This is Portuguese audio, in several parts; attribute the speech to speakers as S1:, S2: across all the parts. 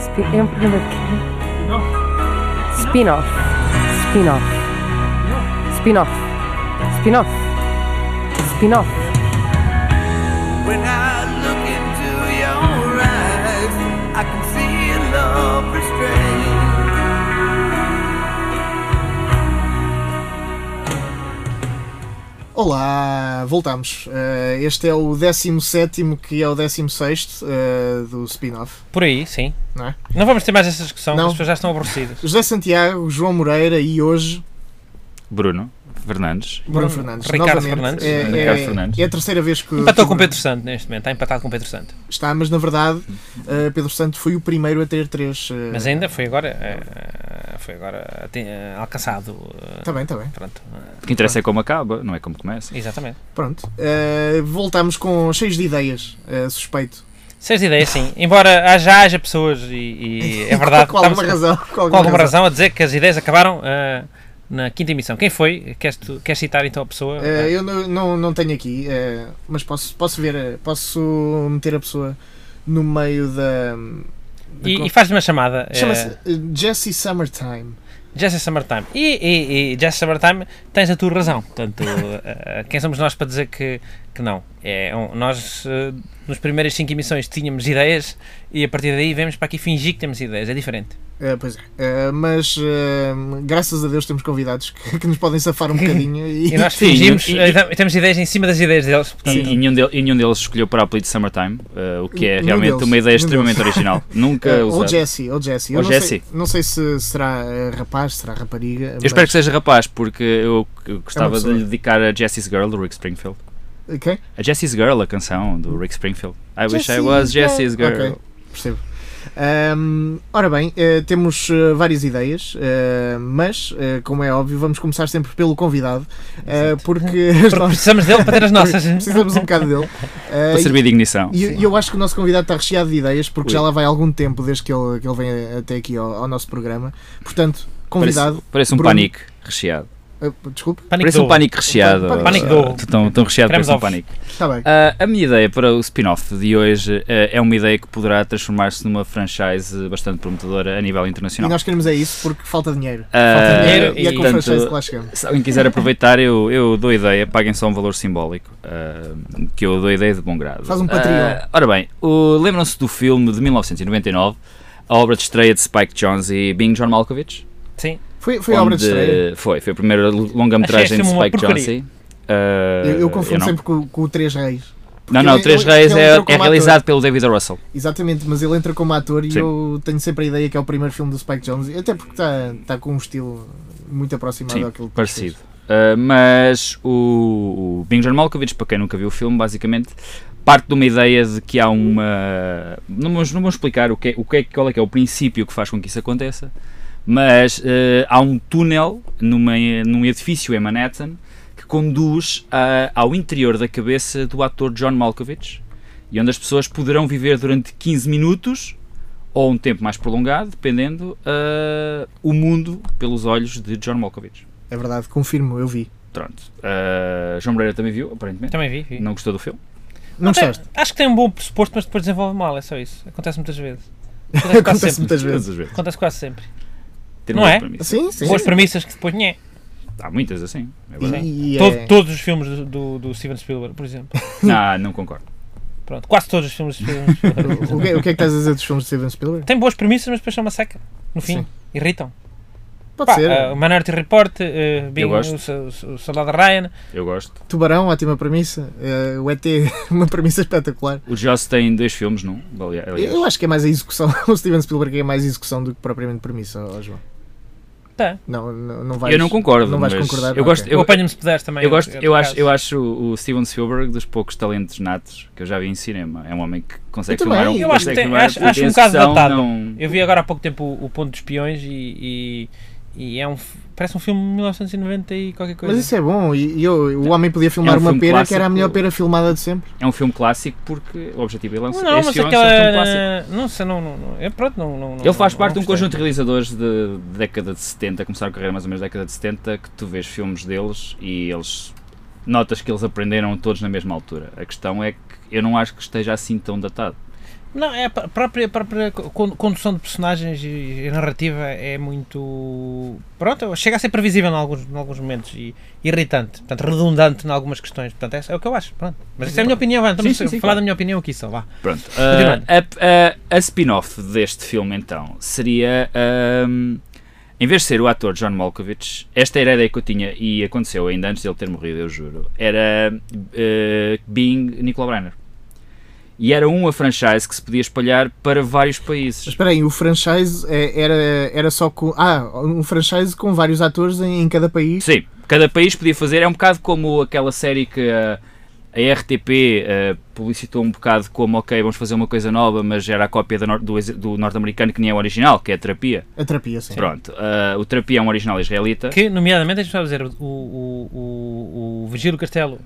S1: Spi- É um programa de quê? Spin-off. Spin-off. Spin-off. Spin-off. Spin-off.
S2: When I look into your eyes, I can see a love restrained.
S3: Olá, voltamos. Eh, este é o 17 que é o 16 eh, do spin-off.
S4: Por aí, sim.
S3: Não é?
S4: Não vamos ter mais essa discussão,
S3: Não.
S4: as pessoas já estão aborrecidas.
S3: José Santiago, João Moreira e hoje
S5: Bruno Fernandes.
S3: Bruno
S4: Bruno
S3: Fernandes.
S4: Ricardo
S3: novamente.
S4: Fernandes.
S3: É,
S5: Ricardo
S3: é-
S5: Fernandes.
S3: é a terceira vez que.
S4: Empatou
S3: que
S4: com
S3: o Bruno-
S4: Pedro Santo neste momento, está empatado com Pedro Santo.
S3: Está, mas na verdade eh, Pedro Santo foi o primeiro a ter três. eh,
S4: Mas é- ainda foi agora, eh, foi agora até, eh, alcançado. eh,
S3: Tá bem, tá bem.
S4: Pronto, eh,
S5: O que interessa é como acaba, não é como começa.
S4: exatamente.
S3: Pronto. Eh, voltamos com cheios de ideias, eh, suspeito.
S4: Seis ideias, sim. Embora haja, haja pessoas, e, e é verdade,
S3: com alguma
S4: estamos-
S3: razão.
S4: com alguma razão a dizer que as ideias acabaram eh, na quinta emissão. Quem foi? Queres, tu- queres citar então a pessoa?
S3: Eh, eu não, não, não tenho aqui, eh, mas posso, posso ver, eh, posso meter a pessoa no meio da. da
S4: e
S3: con-
S4: e faz-me uma chamada. eh,
S3: Chama-se eh, Jesse Summertime.
S4: Jesse Summertime. E, e, e Jesse Summertime tens a tua razão. Portanto, eh, quem somos nós para dizer que, que não? É, um- nós, eh, nas primeiras 5 emissões, tínhamos ideias e a partir daí vemos para aqui fingir que temos ideias. É diferente.
S3: Eh, pois é. Eh, mas eh, graças a Deus temos convidados que, que nos podem safar um bocadinho. E,
S4: E nós
S5: Sim,
S4: fingimos,
S5: e-
S4: eh, dam- temos ideias em cima das ideias deles.
S5: E,
S4: Portanto,
S5: e nenhum del- e nenhum deles escolheu para apelido Summertime, eh, o que é
S3: Nenhum
S5: realmente
S3: deles,
S5: uma ideia
S3: nenhum
S5: extremamente original. Nunca
S3: eh, ou
S5: usada.
S3: Jesse, ou Jesse. Eu
S5: Ou
S3: não, Sei,
S5: Jesse.
S3: não sei se será eh, rapaz, será rapariga.
S5: Eu espero que seja rapaz, porque eu eu gostava de
S3: É pessoa.
S5: lhe dedicar a Jessie's Girl do Rick Springfield.
S3: Ok,
S5: A Jessie's Girl, a canção do Rick Springfield. I wish I
S3: Jessie's
S5: was
S3: Girl.
S5: Jessie's Girl.
S3: Ok. percebo. Ahm, ora bem, eh, temos eh, várias ideias, eh, mas, eh, como é óbvio, vamos começar sempre pelo convidado, eh, porque
S4: porque
S3: nós
S4: precisamos dele para ter as nossas.
S3: precisamos um bocado dele. Eh,
S5: Para servir de ignição.
S3: e e eu acho que o nosso convidado está recheado de ideias, porque
S5: Ui.
S3: já lá vai algum tempo desde que ele, que ele vem até aqui ao, ao nosso programa. Portanto,
S5: Parece,
S3: convidado.
S5: parece um
S3: Bruno.
S5: pânico recheado.
S3: eh, desculpe,
S4: Pânico
S5: Parece
S4: do-
S5: um pânico recheado.
S3: Pânico-
S4: pânico do-
S5: Ah, Tão, tão recheado,
S4: Cremes
S5: parece um
S4: ovos.
S5: pânico.
S3: está bem.
S5: Ah, a minha ideia para o spin-off de hoje ah, é uma ideia que poderá transformar-se numa franchise bastante prometedora a nível
S3: E
S5: internacional.
S3: nós queremos é isso, porque falta dinheiro.
S5: Ah,
S4: Falta
S3: e
S4: dinheiro
S3: é
S4: e-
S3: com
S5: portanto,
S3: franchise que lá chegamos.
S5: Se alguém quiser aproveitar, eu, eu dou ideia, paguem só um valor simbólico, ahm, que eu dou ideia de bom grado.
S3: Faz um Patreon.
S5: Ah, ora bem, o- lembram-se do filme de 1999, a obra de estreia de Spike Jonze e Bing John Malkovich?
S4: Sim.
S3: Foi, foi a obra de
S5: Onde-
S3: estreia.
S5: Foi, foi a primeira longa-metragem
S4: Achei
S5: de
S4: este uma
S5: Spike
S4: porcaria.
S5: Jonze. Ah,
S3: Eu, eu confundo
S5: não.
S3: sempre com, com o Três Reis.
S5: Não, não,
S3: ele-
S5: Três
S3: ele-
S5: Reis
S3: ele
S5: é,
S3: entrou como
S5: é realizado pelo David O. Russell.
S3: Exatamente, mas ele entra como ator e
S5: Sim.
S3: eu tenho sempre a ideia que é o primeiro filme do Spike Jones, até porque está tá com um estilo muito aproximado
S5: Sim,
S3: àquilo que
S5: parecido. Uh, mas o, o Bing John Malkovich, para quem nunca viu o filme, basicamente parte de uma ideia de que há uma. Não vou, não vou explicar o que, é- o que é, qual é que é o princípio que faz com que isso aconteça, mas uh, há um túnel numa, num edifício em Manhattan que conduz a- ao interior da cabeça do ator John Malkovich e onde as pessoas poderão viver durante 15 minutos ou um tempo mais prolongado, dependendo, uh, o mundo pelos olhos de John
S3: fez.
S5: Malkovich.
S3: É verdade, confirmo, eu vi.
S5: Pronto. Uh, João Moreira também viu, aparentemente.
S4: Também vi. vi.
S5: Não gostou do filme.
S3: Não
S4: Tem-
S3: gostaste?
S4: acho que tem um bom pressuposto, mas depois desenvolve mal. É só isso. Acontece muitas vezes. Acontece quase
S3: Acontece
S4: sempre.
S3: muitas vezes.
S5: Todas as vezes.
S4: Acontece quase sempre.
S5: Ter
S4: Não
S5: boas
S4: é?
S5: premissas.
S3: Sim, sim.
S4: Boas premissas que depois. Nhé.
S5: Há muitas assim. É
S3: E-
S5: verdade.
S3: e
S4: Todo-
S3: é-
S4: todos os filmes do, do, do Steven Spielberg, por exemplo.
S5: Não, não concordo.
S4: Pronto, quase todos os filmes do Steven Spielberg.
S3: o, que, o que é que estás a dizer dos filmes de Steven Spielberg?
S4: Tem boas premissas, mas depois são uma seca. No fim,
S3: Sim.
S4: irritam.
S3: Pode
S4: Pá,
S3: ser.
S4: ah, Minority Report, ah, Bing,
S5: gosto.
S4: o, sa- o Soldado Ryan.
S5: Eu gosto.
S3: Tubarão, ótima premissa. Eh, o ET, uma premissa espetacular.
S5: O Joss tem dois filmes, não? Aliás,
S3: Eu acho que é mais a execução. O Steven Spielberg é mais execução do que propriamente premissa, ó, João.
S4: Tá.
S3: Não, não, não vais.
S5: Eu não concordo.
S3: não vais
S5: mas
S3: concordar?
S5: Eu gosto.
S3: Ok.
S4: Eu,
S5: Eu,
S4: apanho-me se puderes também.
S5: eu gosto.
S4: é do
S5: Eu acho.
S4: caso.
S5: Eu acho o Steven Spielberg dos poucos talentos natos que eu já vi em cinema. É um homem que consegue
S3: Eu também.
S5: filmar. um-
S3: Eu
S4: acho
S5: consegue
S4: que tem-
S5: filmar
S4: acho-
S5: tudo
S4: acho
S5: em
S4: um bocado
S5: sessão,
S4: datado.
S5: não-
S4: Eu vi agora há pouco tempo o, o Ponto dos Peões e, e, e é um. f- Parece um filme de 1990 e qualquer coisa.
S3: Mas isso é bom. E, e eu- o homem podia filmar
S5: É um
S3: uma
S5: filme
S3: pera que era a
S5: clássico.
S3: melhor pera filmada de sempre.
S5: É um filme clássico porque o objetivo é lançar.
S4: não,
S5: esse
S4: mas
S5: filme é um filme clássico.
S4: aquela. Não sei, não. não, não- é, pronto, não, não,
S5: Ele faz parte de um
S4: não gostei.
S5: conjunto de realizadores de de década de 70, começaram a carreira mais ou menos na década de 70, que tu vês filmes deles e eles notas que eles aprenderam todos na mesma altura. A questão é que eu não acho que esteja assim tão datado.
S4: Não, é a pá- própria, a própria con- condução de personagens e e a narrativa é muito. Pronto, chega a ser previsível em alguns, em alguns momentos e irritante, portanto, redundante em algumas questões. Portanto, é, é o que eu acho. Pronto. Mas isso é a minha opinião, vá, estamos
S5: Sim, sim,
S4: a
S5: sim,
S4: falar
S5: claro.
S4: da minha opinião aqui só, vá.
S5: Pronto.
S4: Continuando.
S5: ah, a a- a spin-off deste filme, então, seria. ahm, em vez de ser o ator John Malkovich, esta era a ideia que eu tinha e aconteceu ainda antes dele ter morrido, eu juro. Era ah, Being Nicola Brenner. E era uma franchise que se podia espalhar para vários
S3: Mas
S5: países.
S3: espera aí, o franchise é- era, era só com. Ah, um franchise com vários atores em, em cada país.
S5: Sim, cada país podia fazer. É um bocado como aquela série que ah, a RTP ah, publicitou um bocado como: ok, vamos fazer uma coisa nova, mas era a cópia da nor- do ex- do norte-americano que nem é o original, que é a terapia.
S3: A terapia, sim.
S5: Pronto, ah, o Terapia é um original israelita.
S4: Que, nomeadamente, deixa-me só dizer, o, o, o, o Virgílio Castelo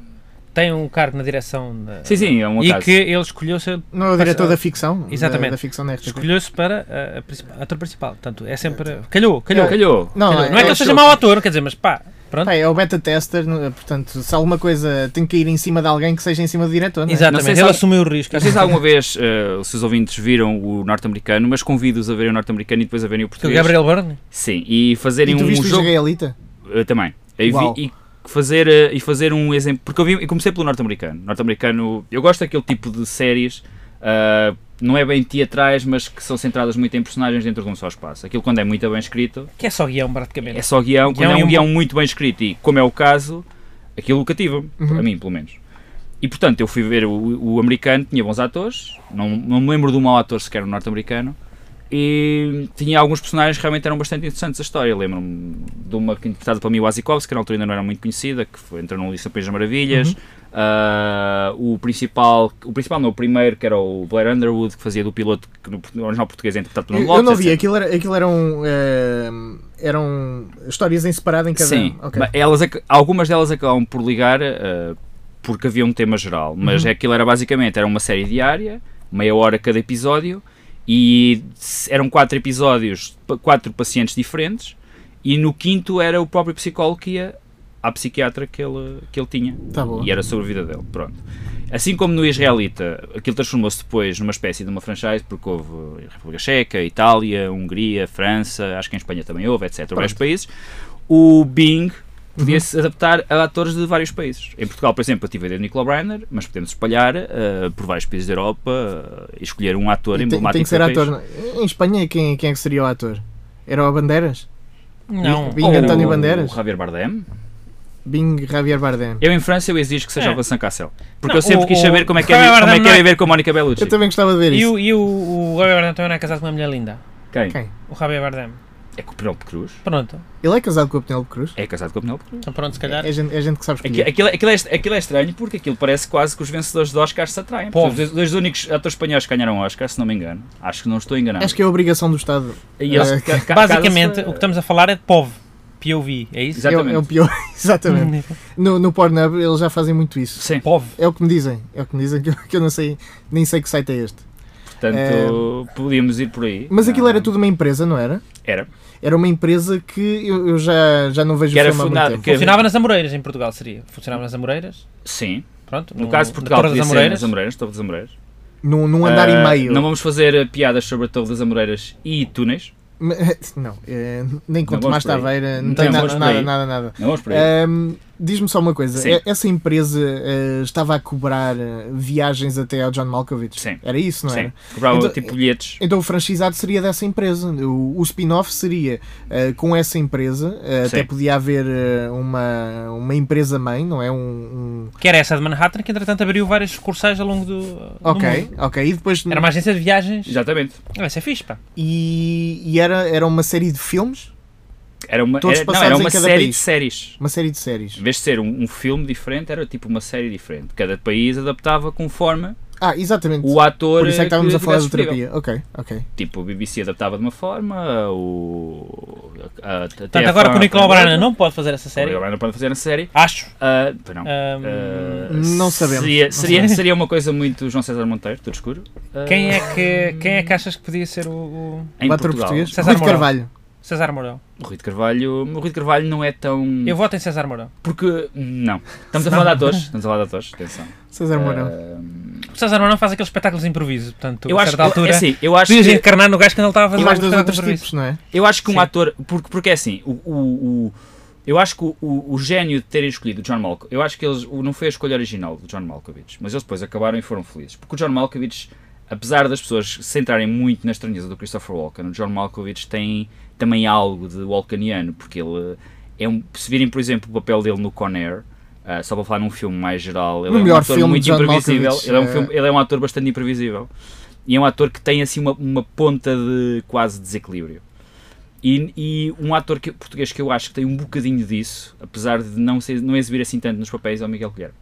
S4: tem um cargo na direção da-
S5: Sim, sim, é um
S4: e
S5: acaso.
S4: que ele escolheu ser
S3: Não é o diretor
S4: Mas,
S3: da
S4: ah,
S3: ficção? da-
S4: exatamente.
S3: Da, ficção da RTP.
S4: escolheu-se para a, a princip- ator principal. Portanto, é sempre. Calhou, calhou. calhou.
S5: Calhou.
S3: Não,
S4: Não, é que ele seja mau ator, quer dizer, mas pá, pronto.
S5: Tá,
S3: Pá, é o beta tester, não- é? portanto, se alguma coisa tem que ir em cima de alguém que seja em cima do diretor, não é?
S5: Não
S4: Exatamente,
S5: sei
S4: ele
S5: se há-
S4: assumiu o risco.
S5: Não sei se alguma vez ah, os seus ouvintes viram o norte-americano, mas convido-os a verem o norte-americano e depois a verem
S4: é
S5: o
S4: O
S5: português.
S4: Gabriel Byrne?
S5: Sim, e fazerem
S3: E tu
S5: um
S3: viste o
S5: jogo.
S3: israelita?
S5: Ah, também. E, vi-
S3: Uau.
S5: e fazer, ah, e fazer um exemplo. Porque eu, vi, eu comecei pelo norte-americano. Norte-americano, eu gosto daquele tipo de séries. ah, não é bem teatrais, mas que são centradas muito em personagens dentro de um só espaço. Aquilo quando é muito bem escrito,
S4: Que é só guião, praticamente.
S5: é só guião, quando
S4: Guião
S5: é
S4: e
S5: um
S4: um-
S5: guião muito bem escrito e como é o caso, aquilo cativa-me, a mim pelo menos. E portanto eu fui ver o, o americano, tinha bons atores, não, não me lembro de um mau ator sequer no norte-americano, e tinha alguns personagens que realmente eram bastante interessantes a história. Lembro-me de uma que interpretada pela Mia Wasikowska, que na altura ainda não era muito conhecida, que foi, entrou no Lista País das Maravilhas. Ah, o principal, o principal não, o primeiro, que era o Blair Underwood, que fazia do piloto, que no no original português é interpretado por
S3: Eu,
S5: um
S3: eu não vi, aquilo, era, aquilo eram, eh, eram histórias em separado em cada um.
S5: Sim,
S3: Ok.
S5: mas elas, ac- algumas delas acabam por ligar eh, porque havia um tema geral, mas
S3: Uhum.
S5: aquilo era basicamente era uma série diária, meia hora cada episódio, e se- eram quatro episódios, pa- quatro pacientes diferentes, e no quinto era o próprio psicólogo que ia à psiquiatra que ele, que ele tinha,
S3: Tá bom.
S5: e era sobre a vida dele, pronto. Assim como no Israelita, aquilo transformou-se depois numa espécie de uma franchise, porque houve República Checa, Itália, Hungria, França, acho que em Espanha também houve, etc. Vários países. O Bing podia-se adaptar a atores de vários países. Em Portugal, por exemplo, eu tive a ideia de Nicolau Brainer, mas podemos espalhar ah, por vários países da Europa ah, e escolher um ator
S3: E tem,
S5: emblemático
S3: tem que ser
S5: do país.
S3: ator. Em Espanha, quem, quem é que seria o ator? Era o Bandeiras?
S4: Não.
S3: é? Bing
S5: Ou
S3: António
S5: o
S3: Bandeiras?
S5: Javier Bardem.
S3: Bing Javier Bardem.
S5: Eu, em França, eu exijo que seja
S4: É.
S5: o Vincent Cassel. Porque
S4: Não,
S5: eu sempre
S4: o-
S5: quis saber como é que
S4: o Javier
S5: é, como é,
S4: Bardem
S5: que é
S4: não é-
S5: viver com a Mónica Bellucci.
S3: Eu também gostava de ver
S4: E
S3: isso.
S4: o, e o, o Gabriel Bardem também não é casado com uma mulher linda.
S5: Quem?
S3: Quem?
S4: O Javier Bardem.
S5: É com o Penelope Cruz.
S4: Pronto.
S3: Ele é casado com a Penélope Cruz?
S5: É casado com a Penelope Cruz.
S4: Então pronto, se calhar.
S3: É, gente, é gente que sabe
S5: Aqui-
S3: escolher.
S5: Aquilo, aquilo, é, est- aquilo é estranho porque aquilo parece quase que os vencedores de Oscars se atraem.
S4: Pobre.
S5: Os dois, dois únicos atores espanhóis que ganharam Oscar, se não me engano. Acho que não estou enganado.
S3: Acho que é a obrigação do Estado.
S5: E eles
S3: é-
S5: ca- um ca-
S4: Basicamente,
S5: casam-se,
S4: o que estamos a falar é de POV. POV, é isso?
S3: É, o-
S5: Exatamente. Uhum.
S3: é o pior. Exatamente. No, no Pornhub eles já fazem muito isso.
S5: Sim,
S4: POV.
S3: É o que me dizem. É o que me dizem que eu, que eu não sei, nem sei que site é este.
S5: portanto, podíamos ir por aí.
S3: É. Mas aquilo
S5: Não,
S3: era tudo uma empresa, não era?
S5: Era.
S3: Era uma empresa que eu, eu já, já não vejo
S5: Que era
S3: filme há muito
S5: fundada-
S3: tempo.
S5: que-
S4: Funcionava nas Amoreiras, em Portugal seria. Funcionava nas Amoreiras.
S5: Sim.
S4: Pronto.
S5: No caso de Portugal,
S4: na Torre
S5: podia
S4: das
S5: ser
S4: Amoreiras.
S5: nas Amoreiras, Torre das Amoreiras.
S3: Num, num Um andar
S5: Ah,
S3: e meio.
S5: Não vamos fazer eh, piadas sobre a Torre das Amoreiras e túneis.
S3: Mas- Não, eh, nem quanto
S5: vamos
S3: mais
S5: por aí.
S3: Taveira, não
S5: Não
S3: tem
S5: vamos
S3: nada,
S5: por
S3: nada,
S5: aí.
S3: nada, nada.
S5: Não vamos por aí.
S3: Ahm, Diz-me só uma coisa,
S5: Sim.
S3: e- essa empresa eh, estava a cobrar eh, viagens até ao John Malkovich?
S5: Sim.
S3: Era isso, não
S5: Sim.
S3: era?
S5: Cobravam
S3: Então-
S5: tipo bilhetes.
S3: Então o franchisado seria dessa empresa. O, o spin-off seria eh, com essa empresa, eh,
S5: Sim.
S3: até podia haver eh, uma, uma empresa mãe, não é? Um. um-
S4: Que era essa de Manhattan, que entretanto abriu várias sucursais ao longo do. do
S3: Ok,
S4: mundo.
S3: ok. E depois.
S4: Era uma agência de viagens.
S5: Exatamente.
S4: Ah, Isso é fixe, pá.
S3: E, e era, era uma série de filmes?
S5: Era uma,
S3: Todos
S5: era, não,
S3: passados
S5: era
S3: em
S5: uma
S3: cada
S5: série
S3: país.
S5: de séries.
S3: Uma série de séries.
S5: Em vez de ser um, um filme diferente, era tipo uma série diferente. Cada país adaptava conforme
S3: Ah, exatamente.
S5: o ator.
S3: Por isso é que estávamos a falar de
S5: tivesse disponível.
S3: terapia. Ok, ok.
S5: Tipo, o BBC adaptava de uma forma, o. a- a- até
S4: Portanto,
S5: a
S4: agora
S5: forma
S4: que o Nicolau
S5: para
S4: Brana
S5: outra.
S4: não pode fazer essa
S5: O
S4: série,
S5: Nicolau Brana pode fazer na série.
S4: acho.
S5: Ah, pois não.
S4: hum,
S5: Ah,
S3: Não sabemos.
S5: Seria,
S3: Não
S5: seria,
S3: sabemos.
S5: seria uma coisa muito João César Monteiro, tudo escuro. Ah,
S4: Quem é, que, quem é que achas que podia ser o, o
S5: Em
S3: O ator
S5: Portugal.
S3: português.
S4: César
S3: Rui de
S4: Mourão.
S3: Carvalho.
S4: César Mourão?
S5: O Rui de Carvalho. O Rui de Carvalho não é tão.
S4: Eu voto em César Mourão.
S5: Porque. Não. Estamos a falar de atores. Estamos a falar de atores, atenção.
S3: César Mourão.
S5: Ah,
S4: César Mourão faz aqueles espetáculos de improviso. Portanto,
S5: Eu
S4: a
S5: acho,
S4: certa
S5: eu,
S4: altura,
S5: é assim, eu acho
S4: podias
S5: que,
S4: encarnar no gajo que ele estava a fazer
S3: E mais
S4: um
S3: dois outros
S4: espetáculo de improviso.
S3: tipos, não é?
S5: eu acho que um
S4: Sim.
S5: ator. Porque, porque é assim, o, o- o- eu acho que o, o- o gênio de terem escolhido o John Malkovich, eu acho que eles o- não foi a escolha original do John Malkovich, mas eles depois acabaram e foram felizes. Porque o John Malkovich, apesar das pessoas se centrarem muito na estranheza do Christopher Walken, o John Malkovich tem também algo de Walkeniano, porque ele é um. Se virem, por exemplo, o papel dele no Con Air. ah, só para falar num filme mais geral, ele
S3: No
S5: é um
S3: melhor
S5: ator
S3: filme de
S5: muito
S3: John
S5: imprevisível.
S3: Malkovich,
S5: Ele é, um
S3: é-
S5: filme- ele é um ator bastante imprevisível. e é um ator que tem assim uma, uma ponta de quase desequilíbrio. E, e um ator que, português que eu acho que tem um bocadinho disso, apesar de não, ser, não exibir assim tanto nos papéis, é o Miguel Guilherme.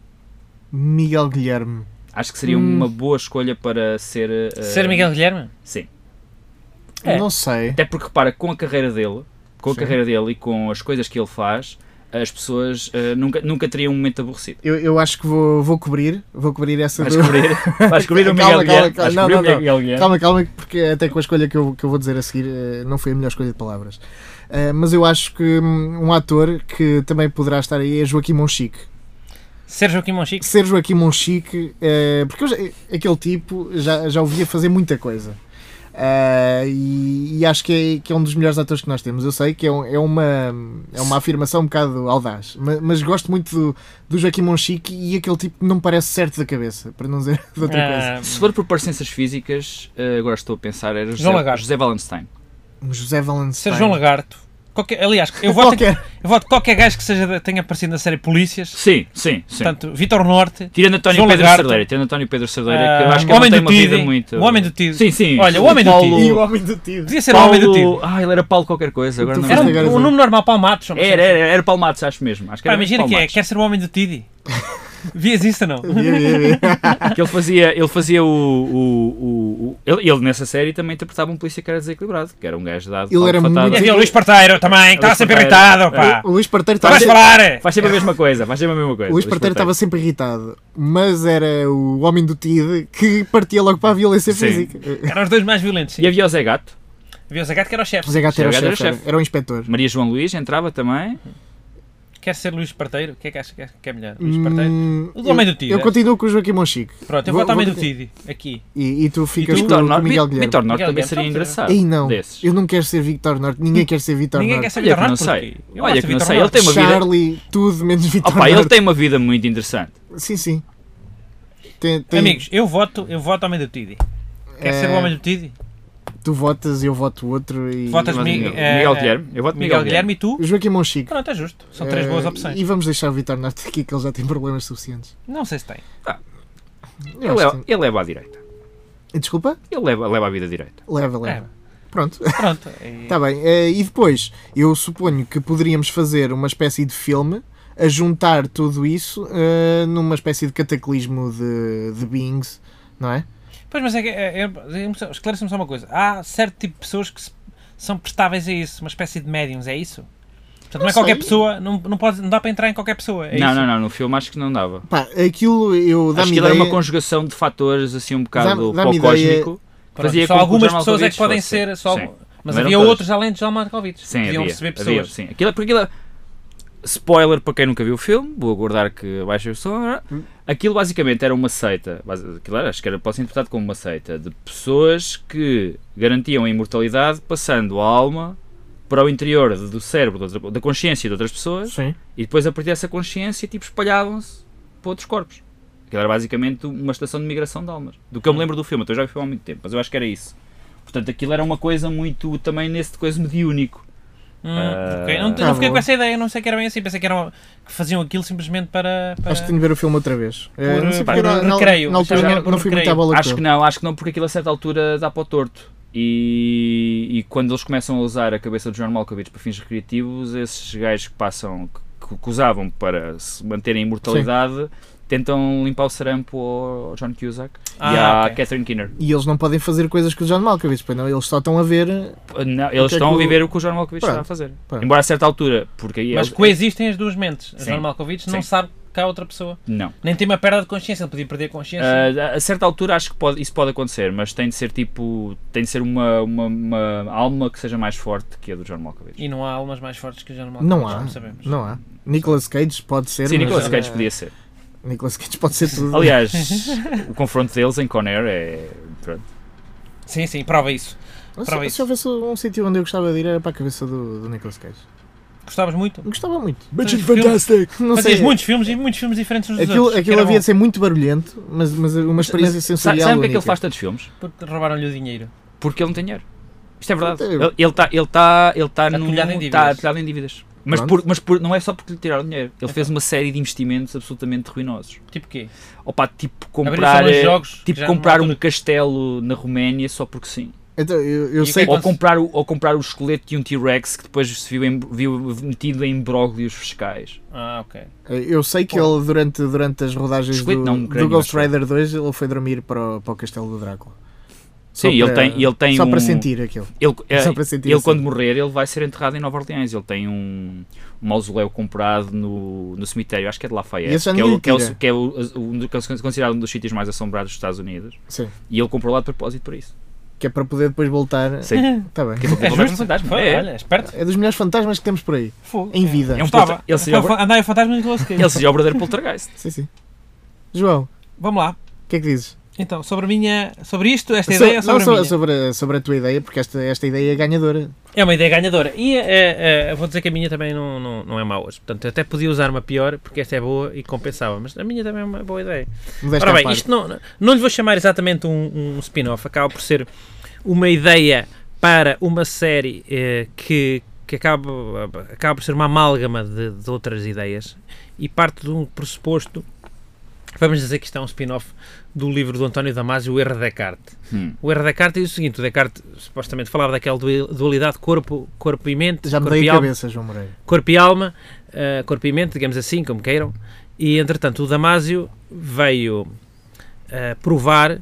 S3: Miguel Guilherme.
S5: Acho que seria uma boa escolha para ser. eh,
S4: Hum. Ser Miguel Guilherme?
S5: Sim.
S4: É.
S3: Não sei.
S5: Até porque repara, com a carreira dele, com a
S3: Sim.
S5: carreira dele e com as coisas que ele faz, as pessoas eh, nunca, nunca teriam um momento aborrecido.
S3: Eu, eu acho que vou, vou cobrir. Vou cobrir essa
S5: Vais é?
S3: do-
S5: descobrir, vais descobrir o
S3: Calma,
S5: Miguel
S3: calma,
S5: Guilherme.
S3: calma.
S5: Vais
S3: Não,
S5: descobrir o
S3: não, não.
S5: Miguel Guilherme.
S3: Calma, calma, porque até com a escolha que eu, que eu vou dizer a seguir eh, não foi a melhor escolha de palavras. Eh, Mas eu acho que hum, um ator que também poderá estar aí é Joaquim Monchique.
S4: Ser Joaquim Monchique?
S3: Ser Joaquim Monchique, eh, porque eu já- aquele tipo já, já o via fazer muita coisa. Ah, e, e acho que é, que é um dos melhores atores que nós temos. Eu sei que é, um- é uma, é uma afirmação um bocado audaz, ma- mas, gosto muito do, do Joaquim Monchique e aquele tipo não me parece certo da cabeça, para não dizer de outra coisa.
S4: Ah,
S5: Se for por parecenças físicas, eh, agora estou a pensar, era José,
S4: Lagarto.
S5: José Valenstein.
S3: Um José Valenstein.
S4: ser João Lagarto. Qualquer- aliás, eu voto, em-
S3: Qualquer.
S4: eu voto qualquer gajo que seja, da- tenha aparecido na série Polícias.
S5: Sim, sim, sim.
S4: Portanto, Vitor Norte.
S5: Tirando António
S4: João
S5: Pedro
S4: Lagarto.
S5: Cerdeira, tirando António Pedro Cerdeira, que eu
S4: Ah,
S5: acho que
S4: o
S5: ele não
S4: Homem
S5: tem
S4: do
S5: uma
S4: Tido.
S5: vida muito.
S4: O Homem do Tido.
S5: Sim, sim.
S4: Olha, o Homem do
S5: Paulo-
S3: E o homem do tiro.
S4: Podia ser o
S5: Paulo...
S4: Homem do Tido.
S5: Ah, ele era Paulo qualquer coisa, agora não
S3: Tu
S4: Era
S3: Sim, agora
S4: um, um
S3: sim.
S4: nome normal, Paulo Matos. ou uma
S5: Era,
S4: coisa
S5: era, era Paulo Matos, acho mesmo. Acho
S4: assim.
S5: que
S4: Pá,
S5: era
S4: imagina
S5: Paulo
S4: que é,
S5: Matos.
S4: quer ser o Homem do Tido. Vias isso ou não?
S5: Que ele fazia, ele fazia o. o, o, o- ele, ele nessa série também interpretava um polícia que era desequilibrado, que era um gajo dado.
S3: Ele era muito-
S4: E havia o É, Luís Parteiro também, que estava sempre
S5: Parteiro.
S4: irritado, pá.
S3: O Luís Parteiro
S4: Vais
S3: estava-
S4: falar! é?
S5: Faz sempre a mesma coisa, faz sempre a mesma coisa.
S3: o Luís Parteiro estava sempre irritado, mas era o homem do TID que partia logo para a violência
S5: Sim.
S3: física.
S4: Eram os dois mais violentos, sim.
S5: E havia o Zé Gato,
S4: Havia o Zagato que era o chefe.
S3: O Zé Gato era o
S5: Zé Gato era
S3: chefe, era,
S5: chefe.
S3: era o inspetor.
S5: Maria João Luís entrava também.
S4: Quer ser Luís Parteiro? O que é que acha que é- que é melhor? Luís Parteiro?
S3: Hum,
S4: O do Homem do Tide,
S3: Eu
S4: é?
S3: continuo com o Joaquim Monchique.
S4: Pronto, eu
S3: Vou-
S4: voto ao
S3: vou
S4: meio do
S3: continuar.
S4: Tidi. Aqui.
S3: E, e tu ficas com,
S5: Vitor
S3: com o
S5: Norte,
S3: Miguel
S5: Vitor
S3: Guilherme.
S5: Norte
S4: Miguel
S5: também
S4: Guilherme,
S5: seria
S4: pronto,
S5: engraçado.
S3: Ei, não,
S5: Desses.
S3: eu não quero ser Victor Norte, ninguém quer ser Victor
S4: Ninguém quer
S3: Norte.
S4: ser
S5: Olha
S4: Vitor
S5: que não
S4: Norte
S5: sei.
S4: porque... eu
S5: Olha
S4: gosto
S5: que
S4: de
S5: não
S4: Vitor
S5: sei. Ele
S4: Norte.
S5: tem uma vida.
S3: Charlie, tudo menos Victor
S5: Opa, ele
S3: Norte.
S5: tem uma vida muito interessante.
S3: Sim, sim. Tem, tem-
S4: Amigos, eu voto, eu voto ao meio do Tidi. Quer ser o
S3: É.
S4: Homem do Tidi?
S3: tu votas, eu voto outro e.
S4: Votas
S5: Mas
S4: Mi-
S5: Miguel,
S4: eh,
S5: Miguel Guilherme. Eu voto
S4: Miguel Guilherme e tu?
S3: Joaquim Monchique.
S4: Pronto, é justo. São três
S3: Eh,
S4: boas opções.
S3: E vamos deixar o Victor Norte aqui, que ele já tem problemas suficientes.
S4: Não sei se tem.
S3: Eu
S5: Ele,
S3: acho
S5: leva- ele leva à direita.
S3: que- Desculpa?
S5: Ele leva, leva a vida direita.
S3: Leva, leva. Pronto.
S4: Pronto. é- e-
S3: Está bem, eh, e depois eu suponho que poderíamos fazer uma espécie de filme a juntar tudo isso eh, numa espécie de cataclismo de, de beings, não é?
S4: Pois, mas é que... é- é- Esclareça-me só uma coisa. Há certo tipo de pessoas que se- são prestáveis a isso. Uma espécie de médiums, é isso? Portanto, não é qualquer
S3: sei.
S4: pessoa... Não, não, pode, não dá para entrar em qualquer pessoa, é
S5: não,
S4: isso?
S5: não, não. No filme acho que não dava.
S3: Pá, aquilo eu
S5: Acho
S3: dá-me
S5: que ele
S3: ideia.
S5: era uma conjugação de fatores assim um bocado
S3: Dá- dá-me ideia-
S5: pó-cósmico.
S4: Pronto,
S5: Fazia
S4: só
S5: com que o
S4: algumas
S5: John
S4: pessoas é que
S5: Malkovich
S4: podem
S5: fosse.
S4: ser, só
S5: Sim.
S4: algum-
S5: Não
S4: mas
S5: eram
S4: havia
S5: todas.
S4: outros além de John Malkovich.
S5: Sim,
S4: Deviam
S5: havia,
S4: receber pessoas.
S5: havia, sim. Aquilo, porque aquilo, spoiler para quem nunca viu o filme, vou aguardar que baixe o som.
S4: Hum.
S5: Aquilo basicamente era uma seita, basi- aquilo era, acho que era, pode ser interpretado como uma seita, de pessoas que garantiam a imortalidade passando a alma para o interior do cérebro, de outra- da consciência de outras pessoas
S3: Sim.
S5: e depois a partir dessa consciência tipo espalhavam-se para outros corpos. Aquilo era basicamente uma estação de migração de almas. Do que eu me lembro do filme, então eu já vi o filme há muito tempo, mas eu acho que era isso. Portanto, aquilo era uma coisa muito também nesse de coisa mediúnico.
S4: Hum,
S5: Ah,
S4: ok. Não, te-
S3: tá
S4: não fiquei
S3: bom.
S4: com essa ideia, não sei que era bem assim. Pensei que, eram, que faziam aquilo simplesmente para. para-
S3: Acho que tenho de ver o filme outra vez. Eh, não sei
S4: por
S3: porque na- na,
S4: recreio,
S3: na altura
S4: já era
S3: não,
S4: por
S3: não fui muito
S4: recreio.
S3: à bola
S5: Acho
S3: com
S5: que não, acho que não, porque aquilo a certa altura dá para o torto. E, e quando eles começam a usar a cabeça do John Malkovich para fins recreativos, esses gajos que passam, que, que usavam para se manterem a imortalidade, tentam limpar o sarampo ao ao John Cusack e
S4: Ah,
S5: à
S4: ok.
S5: Catherine Kinner.
S3: E eles não podem fazer coisas que o John Malkovich, pois não, eles só estão a ver.
S5: Não,
S3: que é
S5: eles
S3: que
S5: estão
S3: o-
S5: a viver o que o John Malkovich
S3: Pronto,
S5: está a fazer.
S3: pronto.
S5: Embora a certa altura, porque aí
S4: Mas
S5: eles-
S4: coexistem as duas mentes. O
S5: Sim.
S4: John Malkovich não
S5: Sim.
S4: sabe que há outra pessoa.
S5: Não.
S4: Nem tem uma perda de consciência, ele podia perder a consciência.
S5: Ah, a certa altura acho que pode- isso pode acontecer, mas tem de ser tipo. tem de ser uma, uma, uma alma que seja mais forte que a do John Malkovich.
S4: e não há almas mais fortes que o John Malkovich.
S3: Não há.
S4: Não sabemos.
S3: Não há. Nicolas Cage pode ser.
S5: Sim,
S3: mas,
S5: Nicolas
S3: eh,
S5: Cage podia ser.
S3: Nicolas Cage pode ser tudo.
S5: Aliás, o confronto deles em Conair é. pronto.
S4: Sim, sim, prova isso.
S3: Não sei,
S4: prova
S3: se,
S4: isso.
S3: houvesse um sítio onde eu gostava de ir era para a cabeça do, do Nicolas Cage.
S4: Gostavas muito?
S3: Eu Gostava muito.
S4: Bitchin' fantastic!
S3: Não
S4: Fazias
S3: sei,
S4: muitos filmes e muitos filmes diferentes uns dos
S3: aquilo
S4: outros. que
S3: aquilo
S4: era
S3: havia
S4: bom,
S3: de ser muito barulhento, mas, mas uma experiência
S5: Mas sa-
S3: sensorial.
S5: Sabe o que é que
S3: única.
S5: ele faz tantos filmes?
S4: porque Roubaram-lhe o dinheiro.
S5: Porque ele não tem dinheiro. Isto é verdade.
S3: Não tem.
S5: Ele está ele tá, ele tá
S4: Está
S5: num-
S4: atulhado em
S5: tá
S4: dívidas.
S5: atulhado em dívidas. Mas,
S3: Pronto.
S5: por- mas por- não é só porque lhe tiraram dinheiro. Ele fez uma série de investimentos absolutamente ruinosos.
S4: Tipo quê?
S5: Opa, tipo
S4: Abrir
S5: comprar,
S4: salões de
S5: eh,
S4: jogos,
S5: tipo
S4: já
S5: comprar
S4: numa
S5: um
S4: altura-
S5: castelo na Roménia só porque sim.
S3: Então, eu, eu
S4: E o
S3: sei
S4: que é
S5: Ou
S4: Quando-
S5: comprar, o, ou comprar o esqueleto de um T-Rex que depois se viu, em- viu metido em imbróglios fiscais.
S4: Ah, ok.
S3: Eu sei que ele, durante, durante as rodagens do,
S5: Esqueleto não, um crânio,
S3: do Ghost
S5: acho eu.
S3: Rider 2, ele foi dormir para o, para o castelo do Drácula.
S5: Sim, ele tem, ele tem
S3: Só
S5: um,
S3: para sentir aquilo.
S5: Ele, eh,
S3: Só para sentir
S5: ele
S3: assim.
S5: quando morrer, ele vai ser enterrado em Nova Orleans. Ele tem um, um mausoléu comprado no, no cemitério, acho que é de
S3: E
S5: Lafayette,
S3: esse já
S5: que é,
S3: ninguém
S5: o, que, é o,
S3: tira.
S5: que é o- um do- que é considerado um dos sítios mais assombrados dos Estados Unidos.
S3: Sim.
S5: E ele comprou lá de propósito para isso.
S3: Que é para poder depois voltar.
S5: Sim.
S3: Tá bem.
S5: Que é para poder
S4: É
S5: voltar
S4: justo?
S5: com fantasma.
S4: Foi,
S5: É.
S4: olha, esperto.
S3: É dos melhores fantasmas que temos por aí.
S4: Fogo.
S3: Em vida.
S5: É um
S4: Gostava.
S5: polter- ele seria o-
S4: Andar em fantasma de Nicolas Cage.
S5: Ele seria o verdadeiro poltergeist.
S3: Sim, sim. João,
S4: Vamos lá.
S3: o que é que dizes?
S4: Então, sobre a minha... Sobre isto, esta
S3: So-
S5: é
S4: ideia, é sobre
S3: não, so-
S4: a minha.
S3: sobre, sobre a tua ideia, porque esta, esta ideia é ganhadora.
S4: É uma ideia ganhadora. E eh, eh, vou dizer que a minha também não, não, não é má hoje. Portanto, eu até podia usar uma pior, porque esta é boa e compensava. Mas a minha também é uma boa ideia.
S3: Modéstia
S4: Ora
S3: à
S4: bem,
S3: parte.
S4: isto não, não lhe vou chamar exatamente um, um spin-off. Acaba por ser uma ideia para uma série eh, que, que acaba, acaba por ser uma amálgama de, de outras ideias e parte de um pressuposto. Vamos dizer que isto é um spin-off do livro do António Damasio, O Erro de Descartes.
S5: Hum.
S4: O erro de Descartes diz o seguinte: o Descartes supostamente falava daquela dui- dualidade corpo, corpo e mente,
S3: Já me
S4: corpo,
S3: dei
S4: e
S3: a
S4: alma,
S3: cabeça, João Moreira.
S4: corpo e alma, eh, corpo e mente, digamos assim, como queiram. E entretanto, o Damásio veio eh, provar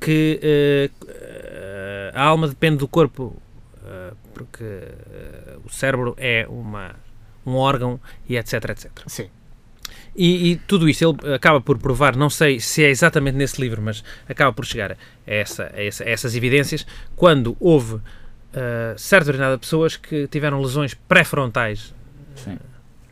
S4: que eh, eh, a alma depende do corpo, eh, porque eh, o cérebro é uma, um órgão e etc, etc.
S3: Sim.
S4: E, e tudo isso ele acaba por provar, não sei se é exatamente nesse livro, mas acaba por chegar a, essa- a essa- a essas evidências, quando houve ah, certa determinada de pessoas que tiveram lesões pré-frontais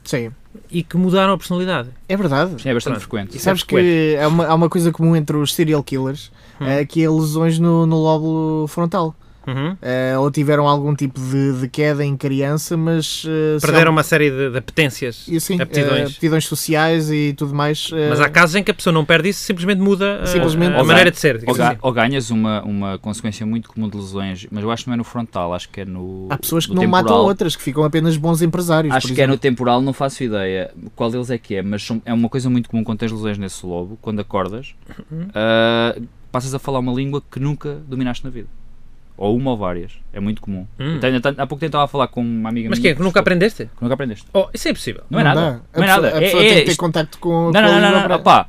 S3: Sim.
S4: e que mudaram a personalidade.
S3: É verdade.
S5: Sim, é bastante
S4: Pronto.
S5: frequente.
S4: Isso é Hum.
S3: Sabes que há uma, há uma coisa comum entre os serial killers, eh, que é lesões no, no lóbulo frontal.
S4: Uhum.
S3: Eh, ou tiveram algum tipo de, de queda em criança, mas eh, são-
S4: Perderam uma série de, de apetências,
S3: e assim, eh,
S4: aptidões.
S3: aptidões sociais e tudo mais. eh,
S4: mas há casos em que a pessoa não perde isso, simplesmente muda ah,
S3: Simplesmente.
S4: a,
S5: Ou
S4: maneira
S5: ganha-
S4: de ser.
S5: Ou,
S4: digamos
S5: ga-
S4: assim.
S5: ou ganhas uma, uma consequência muito comum de lesões, mas eu acho que não é no frontal, acho que é no.
S3: há pessoas que
S5: no
S3: não matam
S5: temporal.
S3: outras, que ficam apenas bons empresários.
S5: Acho
S3: por
S5: que é no
S3: exemplo.
S5: temporal, não faço ideia qual deles é que é, mas são- é uma coisa muito comum quando tens lesões nesse lobo, quando acordas, ah, passas a falar uma língua que nunca dominaste na vida. Ou uma ou várias. É muito comum.
S4: Hum.
S5: Eu tenho- eu tenho- há pouco tempo estava a falar com uma amiga
S4: Mas
S5: minha.
S4: quem? é Que nunca
S5: gostou,
S4: aprendeste?
S5: que nunca aprendeste.
S4: Oh, isso é impossível.
S5: Não é nada.
S3: dá. A
S5: Não é
S3: pessoa-
S5: nada.
S3: A
S5: É-
S3: pessoa
S5: é
S3: tem que ter
S5: isto-
S3: contacto com,
S5: Não,
S3: com a
S5: não, não,
S3: língua
S5: não, não,
S3: para-
S5: pá.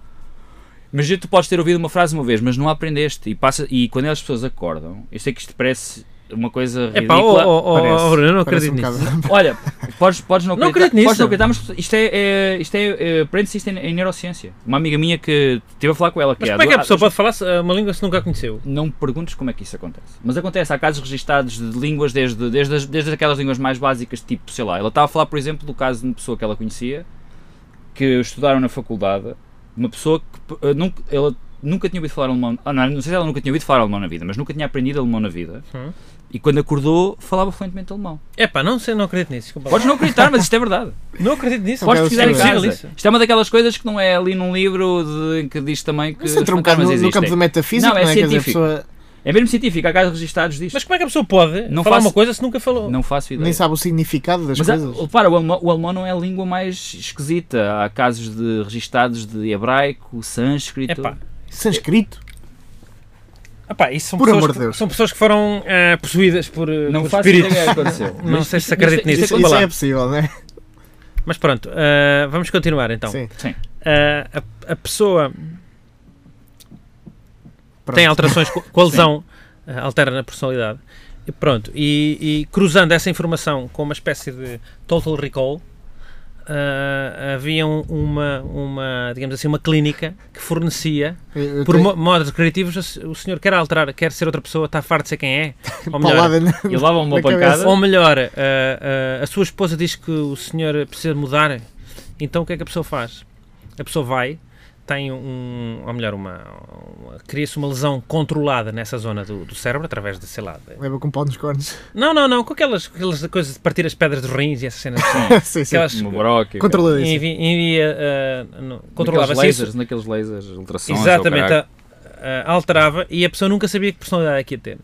S5: Mas tu podes ter ouvido uma frase uma vez, mas não a aprendeste. E, passa, e quando as pessoas acordam, eu sei que isto parece uma coisa
S4: É
S5: ridícula.
S4: pá, oh, oh, oh,
S3: Parece-
S4: oh, Bruno, eu não
S3: parece
S4: acredito
S3: um
S4: nisso.
S3: bocado-
S5: Olha, podes, podes não
S4: Não
S5: acreditar,
S4: acredito nisso.
S5: podes não acreditar, mas isto é, é, isto é, é aprende-se isto em, em neurociência. Uma amiga minha que estive a falar com ela que
S4: Mas
S5: há
S4: como é que a
S5: duas-
S4: pessoa pode falar se- uma língua se nunca a conheceu?
S5: Não me perguntes como é que isso acontece. Mas acontece, há casos registados de línguas, desde, desde, as- desde aquelas línguas mais básicas, tipo, sei lá, ela estava a falar, por exemplo, do caso de uma pessoa que ela conhecia, que estudaram na faculdade, uma pessoa que eh, nunca, ela nunca tinha ouvido falar alemão, ah, não, não sei se ela nunca tinha ouvido falar alemão na vida, mas nunca tinha aprendido alemão na vida,
S4: Hum.
S5: e quando acordou, falava fluentemente alemão.
S4: É pá, não sei, não acredito nisso. desculpa lá.
S5: Podes não acreditar, mas isto é verdade.
S4: Não acredito nisso.
S5: Podes
S3: Aquela
S5: pesquisar em
S3: cena.
S5: casa.
S4: Isso.
S5: Isto é uma daquelas coisas que não é ali num livro de- em que diz também que
S3: Isso entra um
S5: os
S3: bocado
S5: fantasmas
S3: no, no
S5: existem.
S3: campo da metafísica,
S5: Não,
S3: não
S5: é
S3: é? Quer dizer, a
S5: científico.
S3: pessoa
S5: É mesmo científico, há casos registados disto.
S4: Mas como é que a pessoa pode
S5: Não
S4: falar
S5: faço-
S4: uma coisa se nunca falou?
S5: não faço ideia.
S3: nem sabe o significado das
S5: Mas há-
S3: coisas.
S5: repara, o alemão, o alemão não é a língua mais esquisita. Há casos de registados de hebraico, sânscrito.
S4: Epá,
S3: Sânscrito.
S4: epá, Ah, isso são,
S3: Por
S4: pessoas
S3: amor
S4: que,
S3: de Deus.
S4: são pessoas que foram eh, possuídas por, eh,
S5: não
S4: por
S5: faço
S4: espíritos.
S5: ideia o que aconteceu.
S4: Não sei se acredito nisso.
S3: Isso,
S4: desculpa
S3: isso
S4: lá.
S3: é possível, não é?
S4: Mas pronto, eh, vamos continuar então.
S3: Sim.
S4: Eh, a, a pessoa
S3: Pronto.
S4: tem alterações co- com a lesão, eh, altera na personalidade. E pronto, e, e cruzando essa informação com uma espécie de total recall, eh, havia um- uma, uma, digamos assim, uma clínica que fornecia
S3: Eu- eu
S4: Por
S3: tenho
S4: mo- modos criativos, o senhor quer alterar, quer ser outra pessoa, está farto de ser quem é. Ou melhor,
S3: paulada na-
S5: E levavam uma
S3: Na cabeça.
S5: pancada.
S4: ou melhor ah, ah, a sua esposa diz que o senhor precisa de mudar, então o que é que a pessoa faz? A pessoa vai, tem um, ou melhor, uma, uma- cria-se uma lesão controlada nessa zona do, do cérebro, através de, sei lá, de-
S3: Leva É com pau nos cornos.
S4: não, não, não, com aquelas, com aquelas coisas de partir as pedras dos rins e essas cenas assim.
S3: sim, sim.
S4: Aquelas-
S5: Uma broca.
S3: Controla isso.
S4: Envi- envia, ah, no-
S5: Controlava
S4: Controlava-se isso.
S5: lasers, naqueles lasers, ultrassons. ou
S4: Exatamente,
S5: caralho.
S4: ah, ah, alterava e a pessoa nunca sabia que personalidade é que ia ter.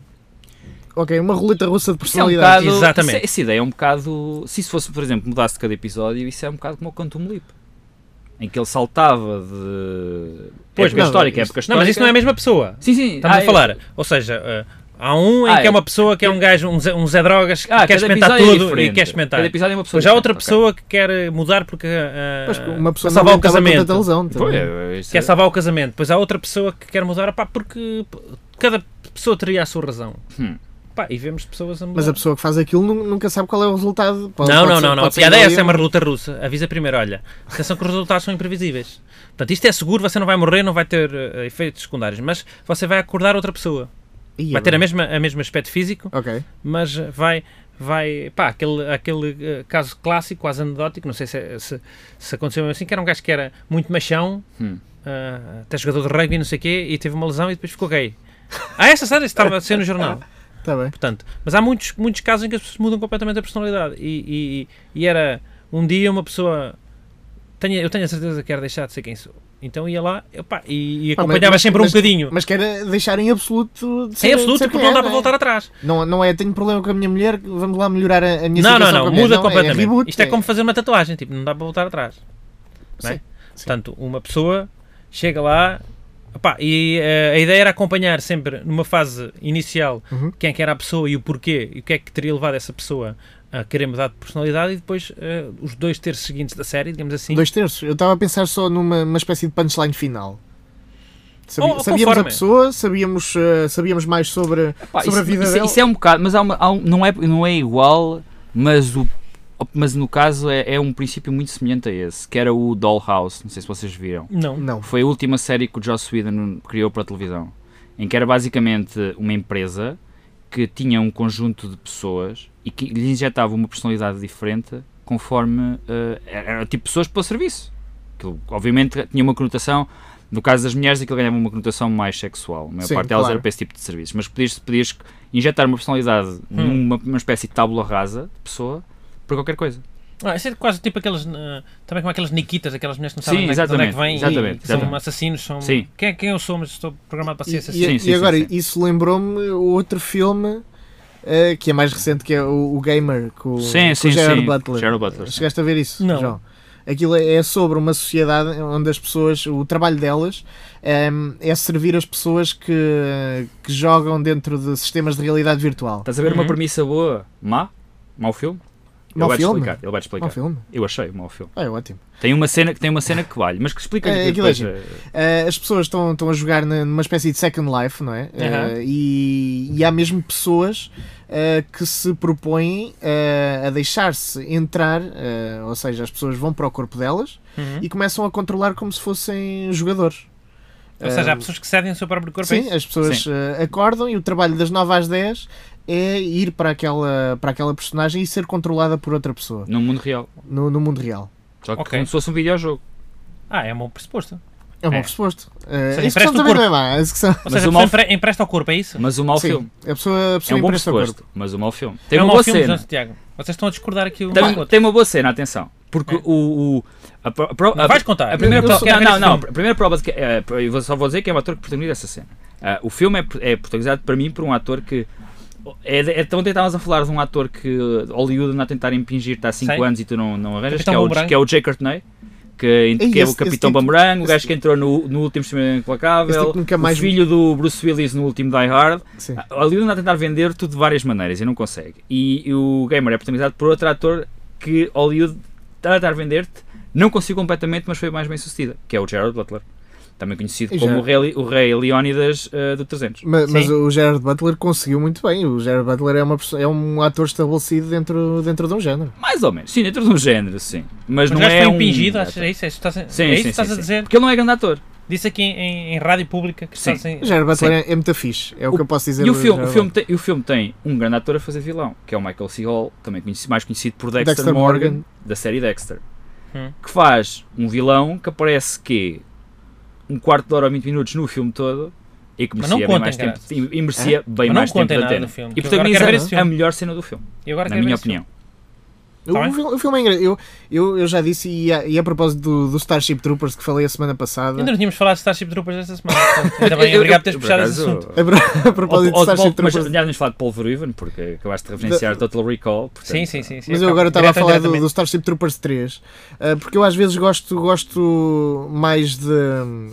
S3: Ok, uma roleta russa de
S5: Isso é um
S3: personalidade.
S5: bocado,
S4: Exatamente.
S5: Essa, essa ideia é um bocado. Se isso fosse, por exemplo, mudasse de cada episódio, isso é um bocado como o Quantum Leap. Em que ele saltava de.
S4: Pois,
S5: época
S4: É não,
S5: histórica,
S3: isto-
S5: época histórica.
S4: Não, mas isso não é a mesma pessoa.
S5: Sim, sim.
S4: Estamos
S5: ah,
S4: a falar. Ou seja, ah, há um em
S5: Ah,
S4: que é
S5: é.
S4: uma pessoa que é um gajo, um Zé, um Zé Drogas, que quer
S5: Ah, cada
S4: experimentar
S5: episódio é
S4: tudo e
S5: diferente.
S4: quer experimentar.
S5: Cada episódio é uma pessoa
S4: Depois há outra
S5: diferente,
S4: pessoa que quer eh, mudar porque ah,
S3: Mas uma pessoa não
S4: quer salvar o
S3: aguentava tanta
S4: casamento.
S3: lesão. tá
S5: ok. Pois,
S3: também.
S5: é, isso
S4: Quer
S5: é-
S4: salvar o casamento. Depois há outra pessoa que quer mudar pá, porque p- cada pessoa teria a sua razão.
S5: Hum.
S4: Pá, e vemos pessoas a mudar.
S3: Mas a pessoa que faz aquilo nu- nunca sabe qual é o resultado. Pode-
S4: Não,
S3: pode
S4: não,
S3: ser-
S4: não, não. A
S3: pode ser um-
S4: piada é
S3: igual
S4: essa, é
S3: a
S4: uma
S3: eu.
S4: relota russa. Avisa primeiro, olha, atenção que os resultados são imprevisíveis. Portanto, isto é seguro, você não vai morrer, não vai ter eh, efeitos secundários, mas você vai acordar outra pessoa.
S3: Ih,
S4: Vai ter
S3: bem.
S4: a mesma, a mesmo aspecto físico,
S3: Ok.
S4: mas vai, vai pá, aquele, aquele eh, caso clássico, quase anedótico, não sei se, é- se, se aconteceu mesmo assim, que era um gajo que era muito machão,
S5: Hum.
S4: ah, até jogador de rugby, não sei o quê, e teve uma lesão e depois ficou gay. Ah, essa série estava a ser no jornal,
S3: Está tá bem.
S4: portanto. Mas há muitos, muitos casos em que as pessoas mudam completamente a personalidade. E, e, e era um dia uma pessoa. Tenho, eu tenho a certeza que quer deixar de ser quem sou. Então ia lá opá, e, e
S3: Pá, Ah, mas-
S4: acompanhava
S3: mas-
S4: sempre um
S3: mas-
S4: bocadinho.
S3: Mas quero deixar em absoluto. De ser,
S4: Sem
S3: de
S4: absoluto,
S3: ser
S4: porque
S3: quem
S4: não
S3: é,
S4: dá para
S3: é?
S4: voltar atrás.
S3: Não, não é tenho problema com a minha mulher, vamos lá melhorar a, a minha
S4: Não, não,
S3: situação.
S4: não,
S3: com a minha.
S4: muda
S3: não,
S4: completamente.
S3: É reboot,
S4: Isto é,
S3: é
S4: como fazer uma tatuagem, tipo, não dá para voltar atrás. não é?
S3: Sim, sim.
S4: Portanto, uma pessoa chega lá opá, e eh, a ideia era acompanhar sempre numa fase inicial
S3: Uhum.
S4: quem é que era a pessoa e o porquê e o que é que teria levado essa pessoa a querer mudar de personalidade e depois eh, os dois terços seguintes da série, digamos assim.
S3: Dois terços. Eu estava a pensar só numa uma espécie de punchline final. Sabi-
S5: Oh,
S4: Ou- ou
S3: sabíamos a
S4: conforme.
S3: pessoa, sabíamos, eh, sabíamos mais sobre,
S5: Pá,
S3: sobre
S5: isso,
S3: a vida
S5: isso-
S3: dela.
S5: isso é um bocado, mas há uma- há um- não, é, não é igual, mas, o, mas no caso é, é um princípio muito semelhante a esse, que era o Dollhouse, não sei se vocês viram.
S4: Não.
S3: Não.
S5: Foi a última série que o Joss Whedon criou para a televisão, em que era basicamente uma empresa que tinha um conjunto de pessoas e que lhe injetava uma personalidade diferente conforme eh, era era tipo pessoas para o serviço. Aquilo, obviamente tinha uma conotação, no caso das mulheres aquilo ganhava uma conotação mais sexual, a maior
S3: Sim,
S5: parte delas
S3: claro.
S5: era para esse tipo de serviço, mas podias, podias injetar uma personalidade
S3: Hum.
S5: numa uma espécie de tábula rasa de pessoa para qualquer coisa.
S4: Ah, isso é quase tipo aqueles. eh, também como aqueles Nikitas, aquelas mulheres que não
S5: Sim,
S4: sabem de onde é que- de onde é que vêm. e-
S5: exatamente, exatamente,
S4: que são
S5: exatamente.
S4: assassinos, são.
S5: Sim.
S4: Quem, é- quem eu sou, mas estou programado para
S3: E,
S4: ser
S3: e-
S4: assassino.
S5: Sim,
S3: e
S5: sim,
S3: agora,
S5: sim, sim.
S3: isso lembrou-me outro filme eh, que é mais recente, que é o, o Gamer, com, com
S5: sim, sim,
S3: o Gerard
S5: sim.
S3: Butler.
S5: Gerard Butler. sim.
S3: Chegaste a ver isso?
S4: Não.
S3: João? Aquilo é é sobre uma sociedade onde as pessoas, o trabalho delas ehm, é servir as pessoas que, que jogam dentro de sistemas de realidade virtual.
S5: Estás a ver uma
S4: Uhum.
S5: premissa boa? Má? Mau filme? Ele
S3: Mau
S5: vai te
S3: filme?
S5: explicar. Ele vai te
S3: É um
S5: explicar.
S3: filme?
S5: Eu achei mau filme.
S3: Ah, é ótimo.
S5: Tem uma cena que tem uma cena que vale, mas que explica
S3: É, aquilo é
S5: depois,
S3: giro.
S5: eh,
S3: Eh, as pessoas estão, estão a jogar na- numa espécie de Second Life, não é? Eh, e, e há mesmo pessoas eh, que se propõem eh, a deixar-se entrar, eh, ou seja, as pessoas vão para o corpo delas
S4: Uhum.
S3: e começam a controlar como se fossem jogadores.
S4: Ou seja, há
S3: Eh,
S4: pessoas que cedem o seu próprio corpo. a
S3: Sim,
S4: isso.
S3: as pessoas eh, acordam e o trabalho das 9 às 10 é ir para aquela, para aquela personagem e ser controlada por outra pessoa
S5: no mundo real.
S3: no, no mundo real.
S5: Só que
S4: Ok.
S5: como se fosse um videojogo.
S4: Ah, é um bom pressuposto.
S3: É um bom
S5: É.
S3: pressuposto. Eh,
S4: Sim,
S3: a execução
S4: empresta o
S3: também não
S4: corpo.
S3: é má. A execução.
S4: Ou
S5: Mas
S4: seja,
S5: o
S4: a
S5: mau
S4: pessoa empre- empresta o corpo, é isso?
S5: Mas um mau
S3: Sim,
S5: filme.
S3: a pessoa, a
S5: É
S3: pessoa
S5: um bom
S3: empresta o corpo.
S5: pressuposto, mas um mau filme. Tem
S4: é um
S5: uma
S4: mau
S5: boa
S4: filme,
S5: cena.
S4: João Santiago. Vocês estão a discordar aqui um com o
S5: Tem,
S4: outro.
S5: tem uma boa cena, atenção. Porque o. o- a, pro- a pro- a-
S4: É. Vais contar.
S5: a primeira
S4: Eu- eu
S5: prova,
S4: sou-
S5: não,
S4: quero ver
S5: não,
S4: esse
S5: não,
S4: filme.
S5: a primeira prova de que. é, eu vou- só vou dizer que é um ator que protagoniza essa cena. Ah, o filme é, é protagonizado para mim por um ator que. É, de- é, então tentávamos a falar de um ator que Hollywood anda a tentar impingir-te há 5
S4: Sim.
S5: anos e tu não, não arranjas, que
S4: Capitão
S5: é, o,
S4: Boomerang.
S5: que é o Jay Courtney, que, que
S3: Ei,
S5: é
S3: esse-
S5: o
S3: esse
S5: Capitão
S3: tipo-
S5: Boomerang, o
S3: esse
S5: gajo que entrou no, no último Extremamente
S3: esse
S5: Implacável,
S3: tipo nunca mais
S5: o
S3: vi.
S5: filho do Bruce Willis no último Die Hard.
S3: Sim.
S5: A Hollywood anda a tentar vender tudo de várias maneiras e não consegue. E, e o gamer é protagonizado por outro ator que Hollywood está a tentar vender-te, não conseguiu completamente, mas foi mais bem sucedida, que é o Gerard Butler, também conhecido
S3: E
S5: como
S3: já-
S5: o rei, o rei Leónidas eh, do 300.
S3: Ma- Mas,
S4: Sim.
S3: o Gerard Butler conseguiu muito bem. O Gerard Butler é, uma, perso- é um ator estabelecido dentro, dentro de um género.
S5: Mais ou menos, sim, dentro de um género, sim. Mas,
S4: Mas
S5: não é
S4: foi
S5: um...
S4: impingido, achas- é isso? É isso que estás a,
S5: Sim,
S4: é isso
S5: sim,
S4: que estás
S5: sim,
S4: a
S5: sim.
S4: dizer?
S5: Porque ele não é grande ator.
S4: Disse aqui em, em rádio pública que
S5: Sim.
S4: estás em...
S3: O Gerard Butler é, é muito fixe. É o,
S5: O-
S3: que eu posso dizer.
S5: E o
S3: do
S5: filme, o,
S3: Gerard
S5: filme tem, e o filme tem um grande ator a fazer vilão, que é o Michael C. Hall, também conhecido- mais conhecido por Dexter,
S3: Dexter
S5: Morgan,
S3: Morgan.
S5: da série Dexter,
S4: Hum.
S5: que faz um vilão que aparece que um quarto de hora ou 20 minutos no filme todo e que
S4: Mas não
S5: merecia bem
S4: contem,
S5: mais tempo,
S4: caraças.
S5: e- e merecia bem
S4: não
S5: mais tempo
S4: contem
S5: de
S4: nada
S5: antena.
S4: do filme,
S5: E
S4: que eu agora quero ver esse
S5: protagoniza
S4: filme.
S5: a melhor cena do filme,
S4: E agora
S5: na
S4: quero ver
S5: minha
S4: esse filme.
S5: opinião.
S4: Tá bem.
S3: o, filme, o filme é engraçado. Eu, eu, eu já disse, e a, e a propósito do, do Starship Troopers que falei a semana passada.
S4: Ainda não tínhamos falado de Starship Troopers esta semana. portanto, Ainda
S5: Eu-
S4: bem,
S5: eu-
S4: obrigado por teres
S5: eu,
S4: puxado esse
S5: acaso,
S4: assunto.
S3: A, pro- a propósito do
S5: Ou, ou,
S3: Starship
S5: ou, mas é
S3: Troopers.
S5: aliás, tens falado de Paul Verhoeven, porque acabaste de referenciar Total Recall. Portanto,
S4: Sim, sim, sim. sim
S3: Mas
S4: é
S3: eu
S4: claro.
S3: agora estava a
S4: Direto ou
S3: falar do,
S4: indiretamente.
S3: do Starship Troopers 3, eh, porque eu às vezes gosto, gosto mais de, hum,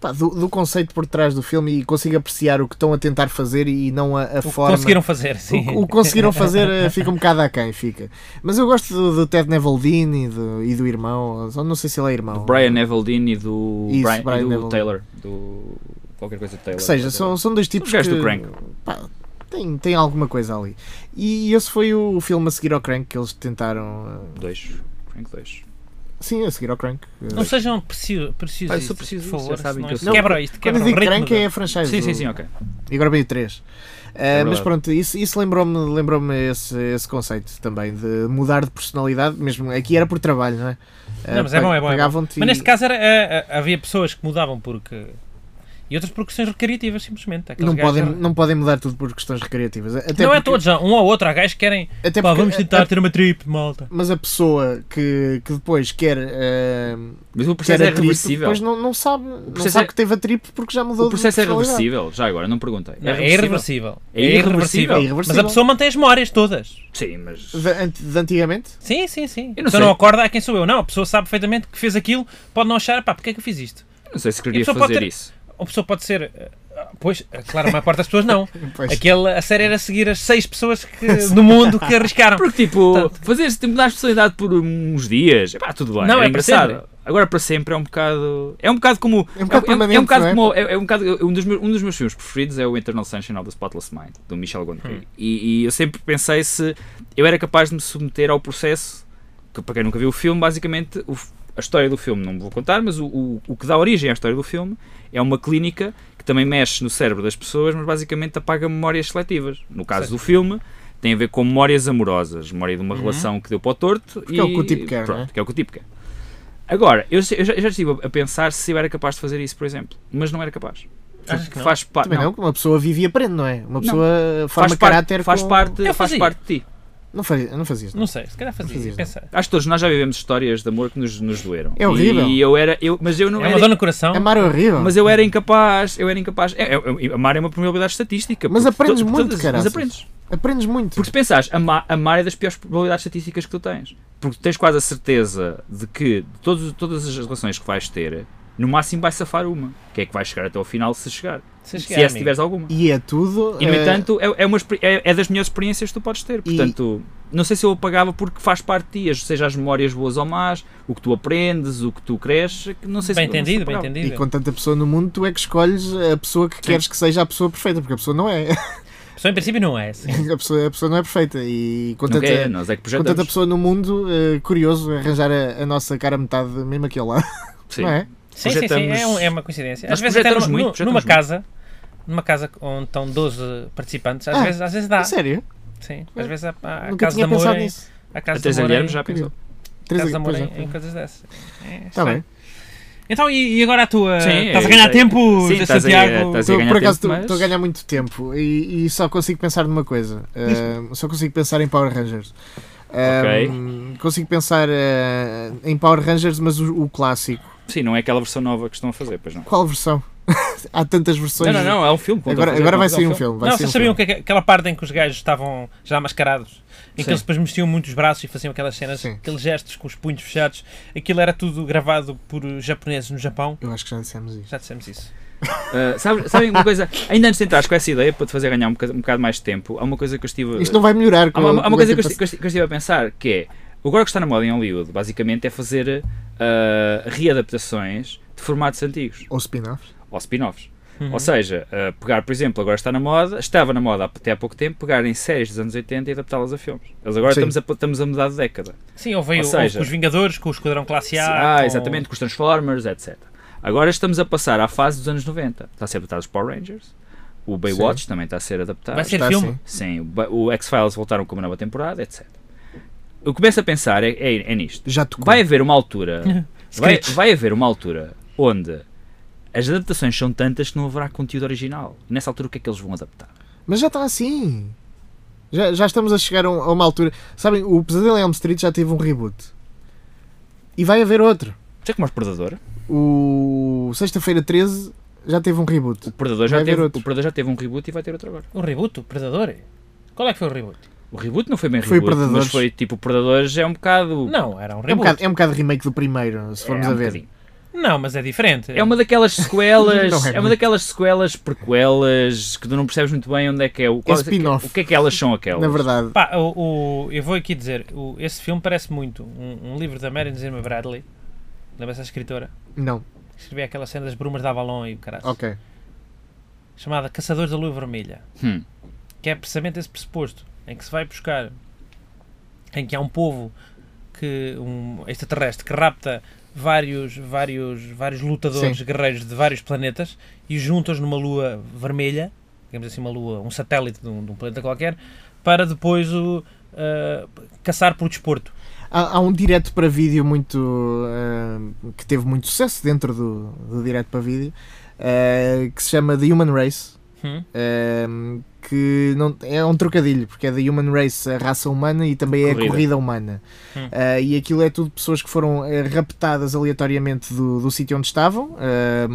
S3: pá, do, do conceito por trás do filme e consigo apreciar o que estão a tentar fazer e não a, a
S4: O que
S3: forma.
S4: conseguiram fazer, sim.
S3: O, o que conseguiram fazer eh, fica um bocado aquém, fica. Mas eu gosto do, do Ted Neville e do, e do irmão, só não sei se ele é irmão.
S5: Do Brian Evaldine e do,
S3: Isso,
S5: Brian, e
S3: Brian
S5: do
S3: Evaldine.
S5: Taylor. Do qualquer coisa de Taylor.
S3: Que seja, são, são dois tipos
S5: Os gajos
S3: que,
S5: do Crank.
S3: pá, tem, tem alguma coisa ali. E esse foi o filme a seguir ao Crank que eles tentaram. eh,
S5: Dois. Crank 2.
S3: Hum. Sim, a seguir ao Crank. eh,
S4: Não sejam preciso, precisos,
S5: Ah, eu sou preciso,
S4: por favor.
S5: já sabem
S4: senão
S5: que eu
S4: isto
S5: sou.
S4: Quebra isto,
S3: Quando
S4: quebra
S3: eu
S4: o
S3: digo
S4: ritmo.
S3: Crank é a
S4: do-
S3: franchise.
S5: Sim, sim,
S3: do-
S5: sim, ok.
S3: E agora veio 3.
S4: É
S5: verdade.
S3: mas pronto, isso, isso lembrou-me lembrou esse, esse conceito também de mudar de personalidade, mesmo aqui era por trabalho, não é? Ah,
S4: Não, mas é
S3: pag-
S4: bom, é bom, é bom.
S3: pagavam-te
S4: Mas
S3: e-
S4: neste caso era, ah, ah, havia pessoas que mudavam porque... E outras por questões recreativas, simplesmente. Aqueles
S3: não
S4: gajos
S3: podem,
S4: eram-
S3: não podem mudar tudo por questões recreativas. Até
S4: não é
S3: porque-
S4: todos, não. um ou outro. Há gajos que querem...
S3: até
S4: Pá,
S3: porque- é
S4: vamos tentar ter uma trip, malta.
S3: Mas a pessoa que, que depois quer, ah,
S5: Mas o
S3: quer
S5: processo
S3: a
S5: é
S3: trip,
S5: reversível.
S3: depois não, não sabe, não
S5: processo
S3: sabe
S5: é-
S3: que teve a trip porque já mudou
S5: O processo
S3: de
S5: é
S3: personalidade.
S5: reversível, já agora, não perguntei.
S4: Não, é irreversível.
S5: É
S3: É
S5: irreversível.
S4: Mas a
S3: irreversível.
S4: pessoa mantém as memórias todas.
S5: Sim, mas.
S3: De, ante- de antigamente?
S4: Sim, sim, sim.
S5: Eu não
S4: Se eu
S5: sei.
S4: não acorda, ah, quem sou eu? Não, a pessoa sabe perfeitamente que fez aquilo, pode não achar, pá, porque é que eu fiz isto?
S5: Não sei se queria
S4: E a pessoa pode
S5: fazer
S4: ter-
S5: isso.
S4: Uma pessoa pode ser. ah, Pois, ah, claro, a maior parte das pessoas não.
S3: Pois.
S4: Aquele, a série era seguir as seis pessoas que, no mundo que arriscaram.
S5: Porque, tipo,
S4: Portanto-
S5: fazer esse tipo de personalidade por uns dias, pá, tudo bem.
S4: Não,
S5: era
S4: é para
S5: engraçado.
S4: sempre.
S5: Agora para sempre é um bocado. É um bocado como.
S3: É um bocado
S5: é, é um
S3: permanente,
S5: bocado
S3: não é?
S5: como. É, é um, bocado, um, dos meus, um dos meus filmes preferidos é o Eternal Sunshine of the Spotless Mind, do Michel
S4: Hum.
S5: Gondry. E, e eu sempre pensei se eu era capaz de me submeter ao processo. Que, para quem nunca viu o filme, basicamente o f- a história do filme não vou contar, mas o, o, o que dá origem à história do filme é uma clínica que também mexe no cérebro das pessoas, mas basicamente apaga memórias seletivas. No caso do filme, tem a ver com memórias amorosas, memória de uma relação que deu para o torto.
S3: Uhum. é o que o tipo quer,
S5: pronto,
S3: não é?
S5: que é o que o tipo quer. Agora, eu, se- eu já, eu já estive a pensar se eu era capaz de fazer isso, por exemplo, mas não era capaz.
S4: Achas que não?
S5: Faz parte.
S3: Também não, uma pessoa vive e aprende, não é? Uma pessoa forma
S5: Faz, parte-
S3: caráter
S5: faz
S3: com-
S5: parte,
S4: Eu
S5: faz
S4: fazia.
S5: parte de ti.
S3: Não fazias, não fazias
S4: Não sei, se calhar fazia
S3: Fazias,
S4: isso.
S3: não.
S4: Pensa.
S5: Acho que todos nós já vivemos histórias de amor que nos, nos doeram.
S3: É horrível.
S5: E eu era, eu, mas eu não
S4: É uma
S5: era,
S4: dor no coração.
S3: Amar é horrível.
S5: mas eu era incapaz, eu era incapaz. É, é, é- amar é uma probabilidade estatística.
S3: Mas
S5: porque
S3: aprendes
S5: to-
S3: muito,
S5: todas- Mas
S3: caraças.
S5: aprendes.
S3: Aprendes muito.
S5: é- Porque se pensares, amar, amar é das piores probabilidades estatísticas que tu tens. Porque tu tens quase a certeza de que de todos, todas as relações que vais ter, no máximo vais safar uma. Que é que vais chegar até ao final se chegar.
S4: se
S5: Se
S4: chegar,
S5: é se
S4: amigo.
S5: tiveres alguma.
S3: E é tudo.
S5: E no
S3: eh,
S5: entanto, é, é, uma experi- é- é das melhores experiências que tu podes ter. Portanto, não sei se eu apagava porque faz parte de ti, as- seja as memórias boas ou más, o que tu aprendes, o que tu cresces, que não sei
S4: Bem
S5: se não sei se
S4: entendido, bem
S5: apagava.
S3: E
S4: entendido.
S3: com tanta pessoa no mundo, tu é que escolhes a pessoa que queres que seja a pessoa perfeita, porque a pessoa não é.
S4: Só em princípio não é assim.
S3: A pessoa, a pessoa não é perfeita. E com
S5: Não
S3: tanta,
S5: quer, nós é que
S3: com tanta
S5: projetamos.
S3: pessoa no mundo, eh, curioso arranjar a, a nossa cara metade, mesmo aqui ao lado,
S5: Sim.
S3: não é?
S4: Sim, sim, sim,
S5: Projetamos-
S4: é, um- é uma coincidência.
S5: Nós
S4: Às vezes até
S5: projetamos
S4: numa,
S5: muito,
S4: nu-
S5: projetamos
S4: numa casa,
S5: muito.
S4: numa casa onde estão 12 participantes, às
S3: Ah,
S4: vezes, às vezes dá.
S3: A Sério? É.
S4: Sim, às vezes há, há
S3: Nunca
S4: casa Ah, de
S3: tinha
S4: amor
S3: pensado
S4: em,
S3: nisso.
S4: há
S5: A
S4: casa de
S5: Teresa
S4: amor
S5: Guilherme
S4: em,
S5: já pensou.
S3: Três
S4: casa de amor
S3: pois
S4: em,
S3: é.
S4: em coisas dessas. É
S3: Tá é
S4: estranho.
S3: bem.
S4: Então, e, e agora a tua.
S5: Sim,
S4: estás a
S5: eu
S4: ganhar
S5: sei.
S4: tempo,
S5: Sim,
S4: José
S5: estás a-
S3: é,
S4: Santiago?
S5: estás a
S3: Tô-
S5: ganhar
S3: por acaso
S5: tempo,
S3: estou
S5: mas-
S3: estou a ganhar muito tempo e, e só consigo pensar numa coisa. Ah, só consigo pensar em Power Rangers. Ah, Consigo pensar ah, em Power Rangers, mas o, o clássico.
S5: Sim, não é aquela versão nova que estão a fazer, pois não.
S3: Qual versão? Há tantas versões.
S5: Não, não, não, é um filme. quando
S3: Agora,
S5: estão a fazer,
S3: agora vai
S5: estão a
S3: sair um
S5: fazer
S3: filme. Vai
S4: Não,
S3: sair
S4: vocês
S3: um
S4: sabiam
S3: filme.
S4: que aqu- aquela parte em que os gajos estavam já mascarados, em
S5: Sim.
S4: que eles depois mexiam muito os braços e faziam aquelas cenas,
S3: Sim.
S4: aqueles gestos com os punhos fechados, aquilo era tudo gravado por uh, japoneses no Japão.
S3: Eu acho que já dissemos isto.
S4: Já dissemos isso.
S5: Uh, sabes- sabem uma coisa? Ainda antes de entrares com essa ideia, para te fazer ganhar um bocado, um bocado mais de tempo, há uma coisa que eu estive.
S3: Isto não vai melhorar.
S5: há
S3: com-
S5: uma, há uma
S3: com o
S5: coisa que
S3: tempo
S5: eu, esti- que eu esti- que eu estive a pensar que é. Agora o que está na moda em Hollywood, basicamente, é fazer uh, readaptações de formatos antigos
S3: a- Ou spin-offs.
S5: ou spin-offs. Ou seja, uh, pegar, por exemplo, agora está na moda, estava na moda há- até há pouco tempo, pegar em séries dos anos 80 e adaptá-las a filmes. Mas agora
S3: Sim.
S5: estamos a, estamos a mudar de década.
S4: Sim, houve,
S5: Ou
S4: houve
S5: seja-
S4: com os Vingadores, com o Esquadrão Classe A.
S5: Ah,
S4: com-
S5: exatamente, com os Transformers, etc. Agora estamos a passar à fase dos anos 90. Está a ser adaptado os Power Rangers, o Baywatch também está a ser adaptado.
S4: Vai ser
S3: Está
S4: filme?
S3: assim.
S5: Sim, o Ba- o X-Files voltaram com uma nova temporada, etc. Eu começo a pensar é, é, é nisto.
S3: Já tocou.
S5: Vai haver uma altura. vai, vai haver uma altura onde as adaptações são tantas que não haverá conteúdo original. E nessa altura, o que é que eles vão adaptar?
S3: Mas já está assim. Já, já estamos a chegar a um- a uma altura. Sabem, o Pesadelo em Elm Street já teve um reboot. E vai haver outro.
S5: Já é como o Predador.
S3: O Sexta-feira 13 já teve um
S5: O
S3: reboot.
S5: Predador, já
S3: Vai haver
S5: teve, o
S3: outro.
S5: Predador já teve um reboot e vai ter outro agora.
S4: O reboot, o Predador? Qual é que foi o reboot?
S5: O reboot não foi bem
S3: Foi o
S5: reboot, mas
S3: Predadores.
S5: foi tipo, o Predadores é um bocado...
S4: Não, era um
S3: É um,
S4: reboot.
S3: bocado, é um bocado remake do primeiro, se formos
S5: é um
S3: a ver.
S5: bocadinho.
S4: Não, mas é diferente.
S5: É uma daquelas sequelas,
S3: Não é
S5: é, uma
S3: muito.
S5: daquelas sequelas, prequelas, que tu não percebes muito bem onde é que é, o, qual,
S3: É spin-off.
S5: o que é que elas são aquelas.
S3: Na verdade.
S4: Pá, o, o- eu vou aqui dizer, o- esse filme parece muito um, um livro da Marion Zimmer Bradley, lembra-se a escritora?
S3: Não.
S4: que Escrevia aquela cena das brumas de Avalon e o caralho.
S3: Ok.
S4: Chamada Caçadores da Lua Vermelha.
S5: Hum.
S4: Que é precisamente esse pressuposto em que se vai buscar, em que há um povo que um extraterrestre que rapta vários, vários, vários lutadores,
S3: Sim.
S4: guerreiros de vários planetas e junta-os numa lua vermelha, digamos assim, uma lua, um satélite de um, de um planeta qualquer, para depois o ah, caçar por desporto.
S3: Há, há um direto para vídeo muito. ah, que teve muito sucesso dentro do, do direto para vídeo, ah, que se chama The Human Race.
S4: Hum?
S3: ah, que não, é um trocadilho, porque é The Human Race, a raça humana, e também é
S5: Corrida.
S3: a corrida humana.
S4: Hum.
S3: Ah, e aquilo é tudo pessoas que foram ah, raptadas aleatoriamente do, do sítio onde estavam ah,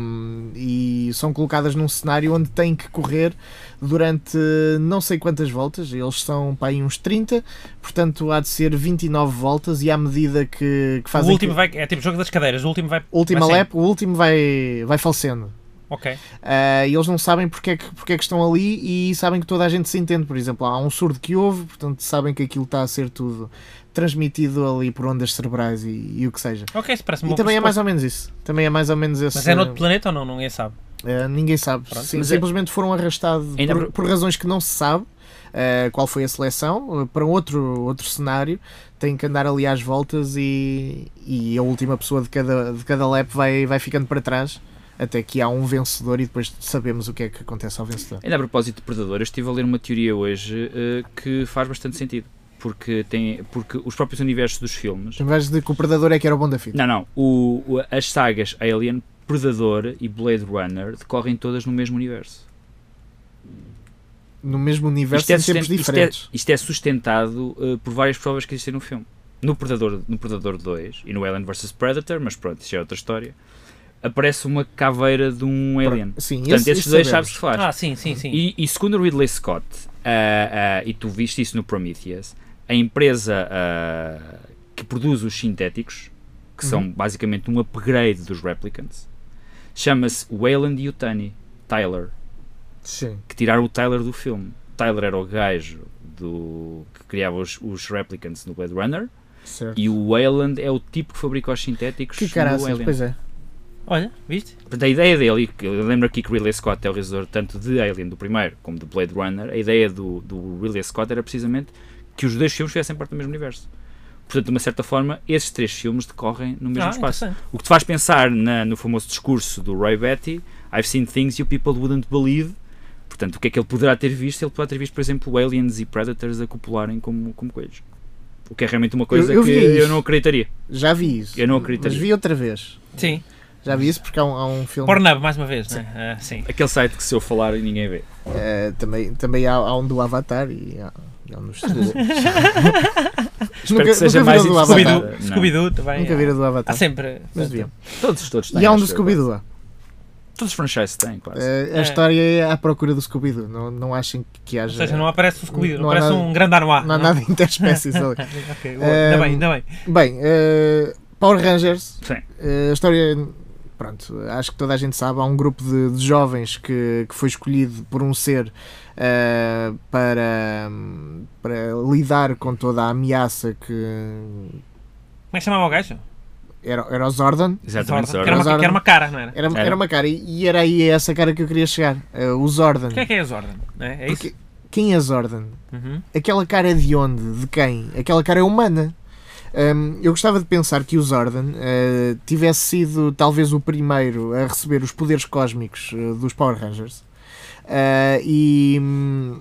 S3: e são colocadas num cenário onde têm que correr durante não sei quantas voltas, eles são para aí uns 30, portanto há de ser 29 voltas e à medida que, que
S4: O
S3: fazem.
S4: último
S3: que-
S4: vai, é tipo jogo das cadeiras, o último vai.
S3: Última
S4: vai
S3: lap, o último vai, vai falecendo.
S4: saindo. Ok.
S3: Ah, e eles não sabem porque é, que, porque é que estão ali e sabem que toda a gente se entende. Por exemplo, há um surdo que ouve, portanto sabem que aquilo está a ser tudo transmitido ali por ondas cerebrais e, e o que seja.
S4: Ok, isso parece
S3: E também é mais ou menos isso. Também é mais ou menos esse.
S4: Mas é noutro planeta ou não? Ninguém sabe.
S3: Uh, ninguém sabe.
S4: Pronto,
S3: Sim,
S5: mas é-
S3: simplesmente foram arrastados
S5: Ainda
S3: por,
S5: por-
S3: por razões que não se sabe uh, qual foi a seleção uh, para outro, outro cenário. Tem que andar ali às voltas e, e a última pessoa de cada, de cada lap vai, vai ficando para trás até que há um vencedor e depois sabemos o que é que acontece ao vencedor.
S5: Ainda a propósito de Predador, eu estive a ler uma teoria hoje eh, que faz bastante sentido. Porque, tem, porque os próprios universos dos filmes
S3: Em vez de que o predador é que era o bom da fita.
S5: Não, não. O- o- as sagas Alien, Predador e Blade Runner decorrem todas no mesmo universo.
S3: No mesmo universo,
S5: é
S3: em tempos
S5: susten- isto é-
S3: diferentes.
S5: isto é sustentado eh, por várias provas que existem no filme. No Predador, no Predador 2 e no Alien vs Predator, mas pronto, isso é outra história. Aparece uma caveira de um alien.
S3: Sim,
S5: Portanto,
S3: esse-
S5: esses
S3: isso
S5: dois
S3: sabemos.
S5: sabes que faz.
S4: Ah, sim, sim, sim.
S5: E, e segundo o Ridley Scott, ah, ah, e tu viste isso no Prometheus, a empresa ah, que produz os sintéticos, que
S3: Uhum.
S5: são basicamente um upgrade dos replicants, chama-se Wayland Yutani Tyler,
S3: Sim.
S5: que tiraram o Tyler do filme. Tyler era o gajo do, que criava os, os replicants no Blade Runner
S3: Certo.
S5: e o Wayland é o tipo que fabrica os sintéticos
S3: Que
S5: no
S3: caraças,
S5: um Alien.
S3: pois é.
S4: Olha, viste?
S5: Portanto, a ideia dele, e que eu lembro aqui que Ridley Scott é o realizador tanto de Alien do primeiro como de Blade Runner, a ideia do, do Ridley Scott era precisamente que os dois filmes fizessem parte do mesmo universo. Portanto, de uma certa forma, esses três filmes decorrem no mesmo
S4: Ah,
S5: espaço.
S4: interessante.
S5: O que te faz pensar na- no famoso discurso do Roy Batty, I've seen things you people wouldn't believe. Portanto, o que é que ele poderá ter visto? Ele poderá ter visto, por exemplo, aliens e predators a copularem como, como coelhos. O que é realmente uma coisa
S3: eu
S5: que
S3: vi
S5: eu
S3: isso.
S5: não acreditaria.
S3: Já vi isso.
S5: Eu não acredito
S3: Mas
S5: nisso.
S3: vi outra vez.
S4: Sim.
S3: Já vi isso porque há um, há um filme.
S4: Pornhub, mais uma vez, né? Ah, sim.
S5: Aquele site que se eu falar ninguém vê.
S3: Uh, também também há, há um do Avatar e há, e há um dos Nunca,
S5: Espero que seja
S3: nunca
S5: mais
S3: viram do
S5: interessante.
S3: Avatar.
S5: Não.
S4: Scooby-Doo Scooby também. ah,
S3: Nunca vira do
S4: é. Há
S3: Avatar.
S4: sempre.
S3: Mas deviam.
S5: Todos, todos têm.
S3: E há um
S5: acho
S3: do
S5: eu.
S3: Scooby-Doo.
S5: Todos os franchises têm, quase.
S3: Uh,
S4: É.
S3: a história é à procura do Scooby-Doo. Não, não achem que
S4: Ou
S3: haja.
S4: seja, não aparece o Scooby-Doo,
S3: eh, Não há
S4: aparece
S3: nada-
S4: um grande armoá.
S3: não há nada de interespécies ali.
S4: Ok, boa. ainda
S3: Um,
S4: bem, ainda bem.
S3: Bem, uh, Power Rangers.
S5: Sim.
S3: Uh, a história. Pronto, acho que toda a gente sabe. Há um grupo de, de jovens que, que foi escolhido por um ser uh, para, para lidar com toda a ameaça que
S4: Como é que chamava o gajo?
S3: era, era o Zordon.
S5: Exatamente,
S4: Zorda. Que
S5: Zorda.
S4: era, uma,
S3: Zorda.
S4: que era uma cara, não era?
S3: Era,
S5: Era.
S3: era. uma cara, e e era aí a essa cara que eu queria chegar. eh, o Zordon.
S4: O que é que é a Zordan? É, é isso?
S3: Porque- Quem é Zordon?
S4: Uhum.
S3: Aquela cara de onde? De quem? Aquela cara é humana. Hum, eu gostava de pensar que o Zordon eh, tivesse sido talvez o primeiro a receber os poderes cósmicos eh, dos Power Rangers Eh, e, hum,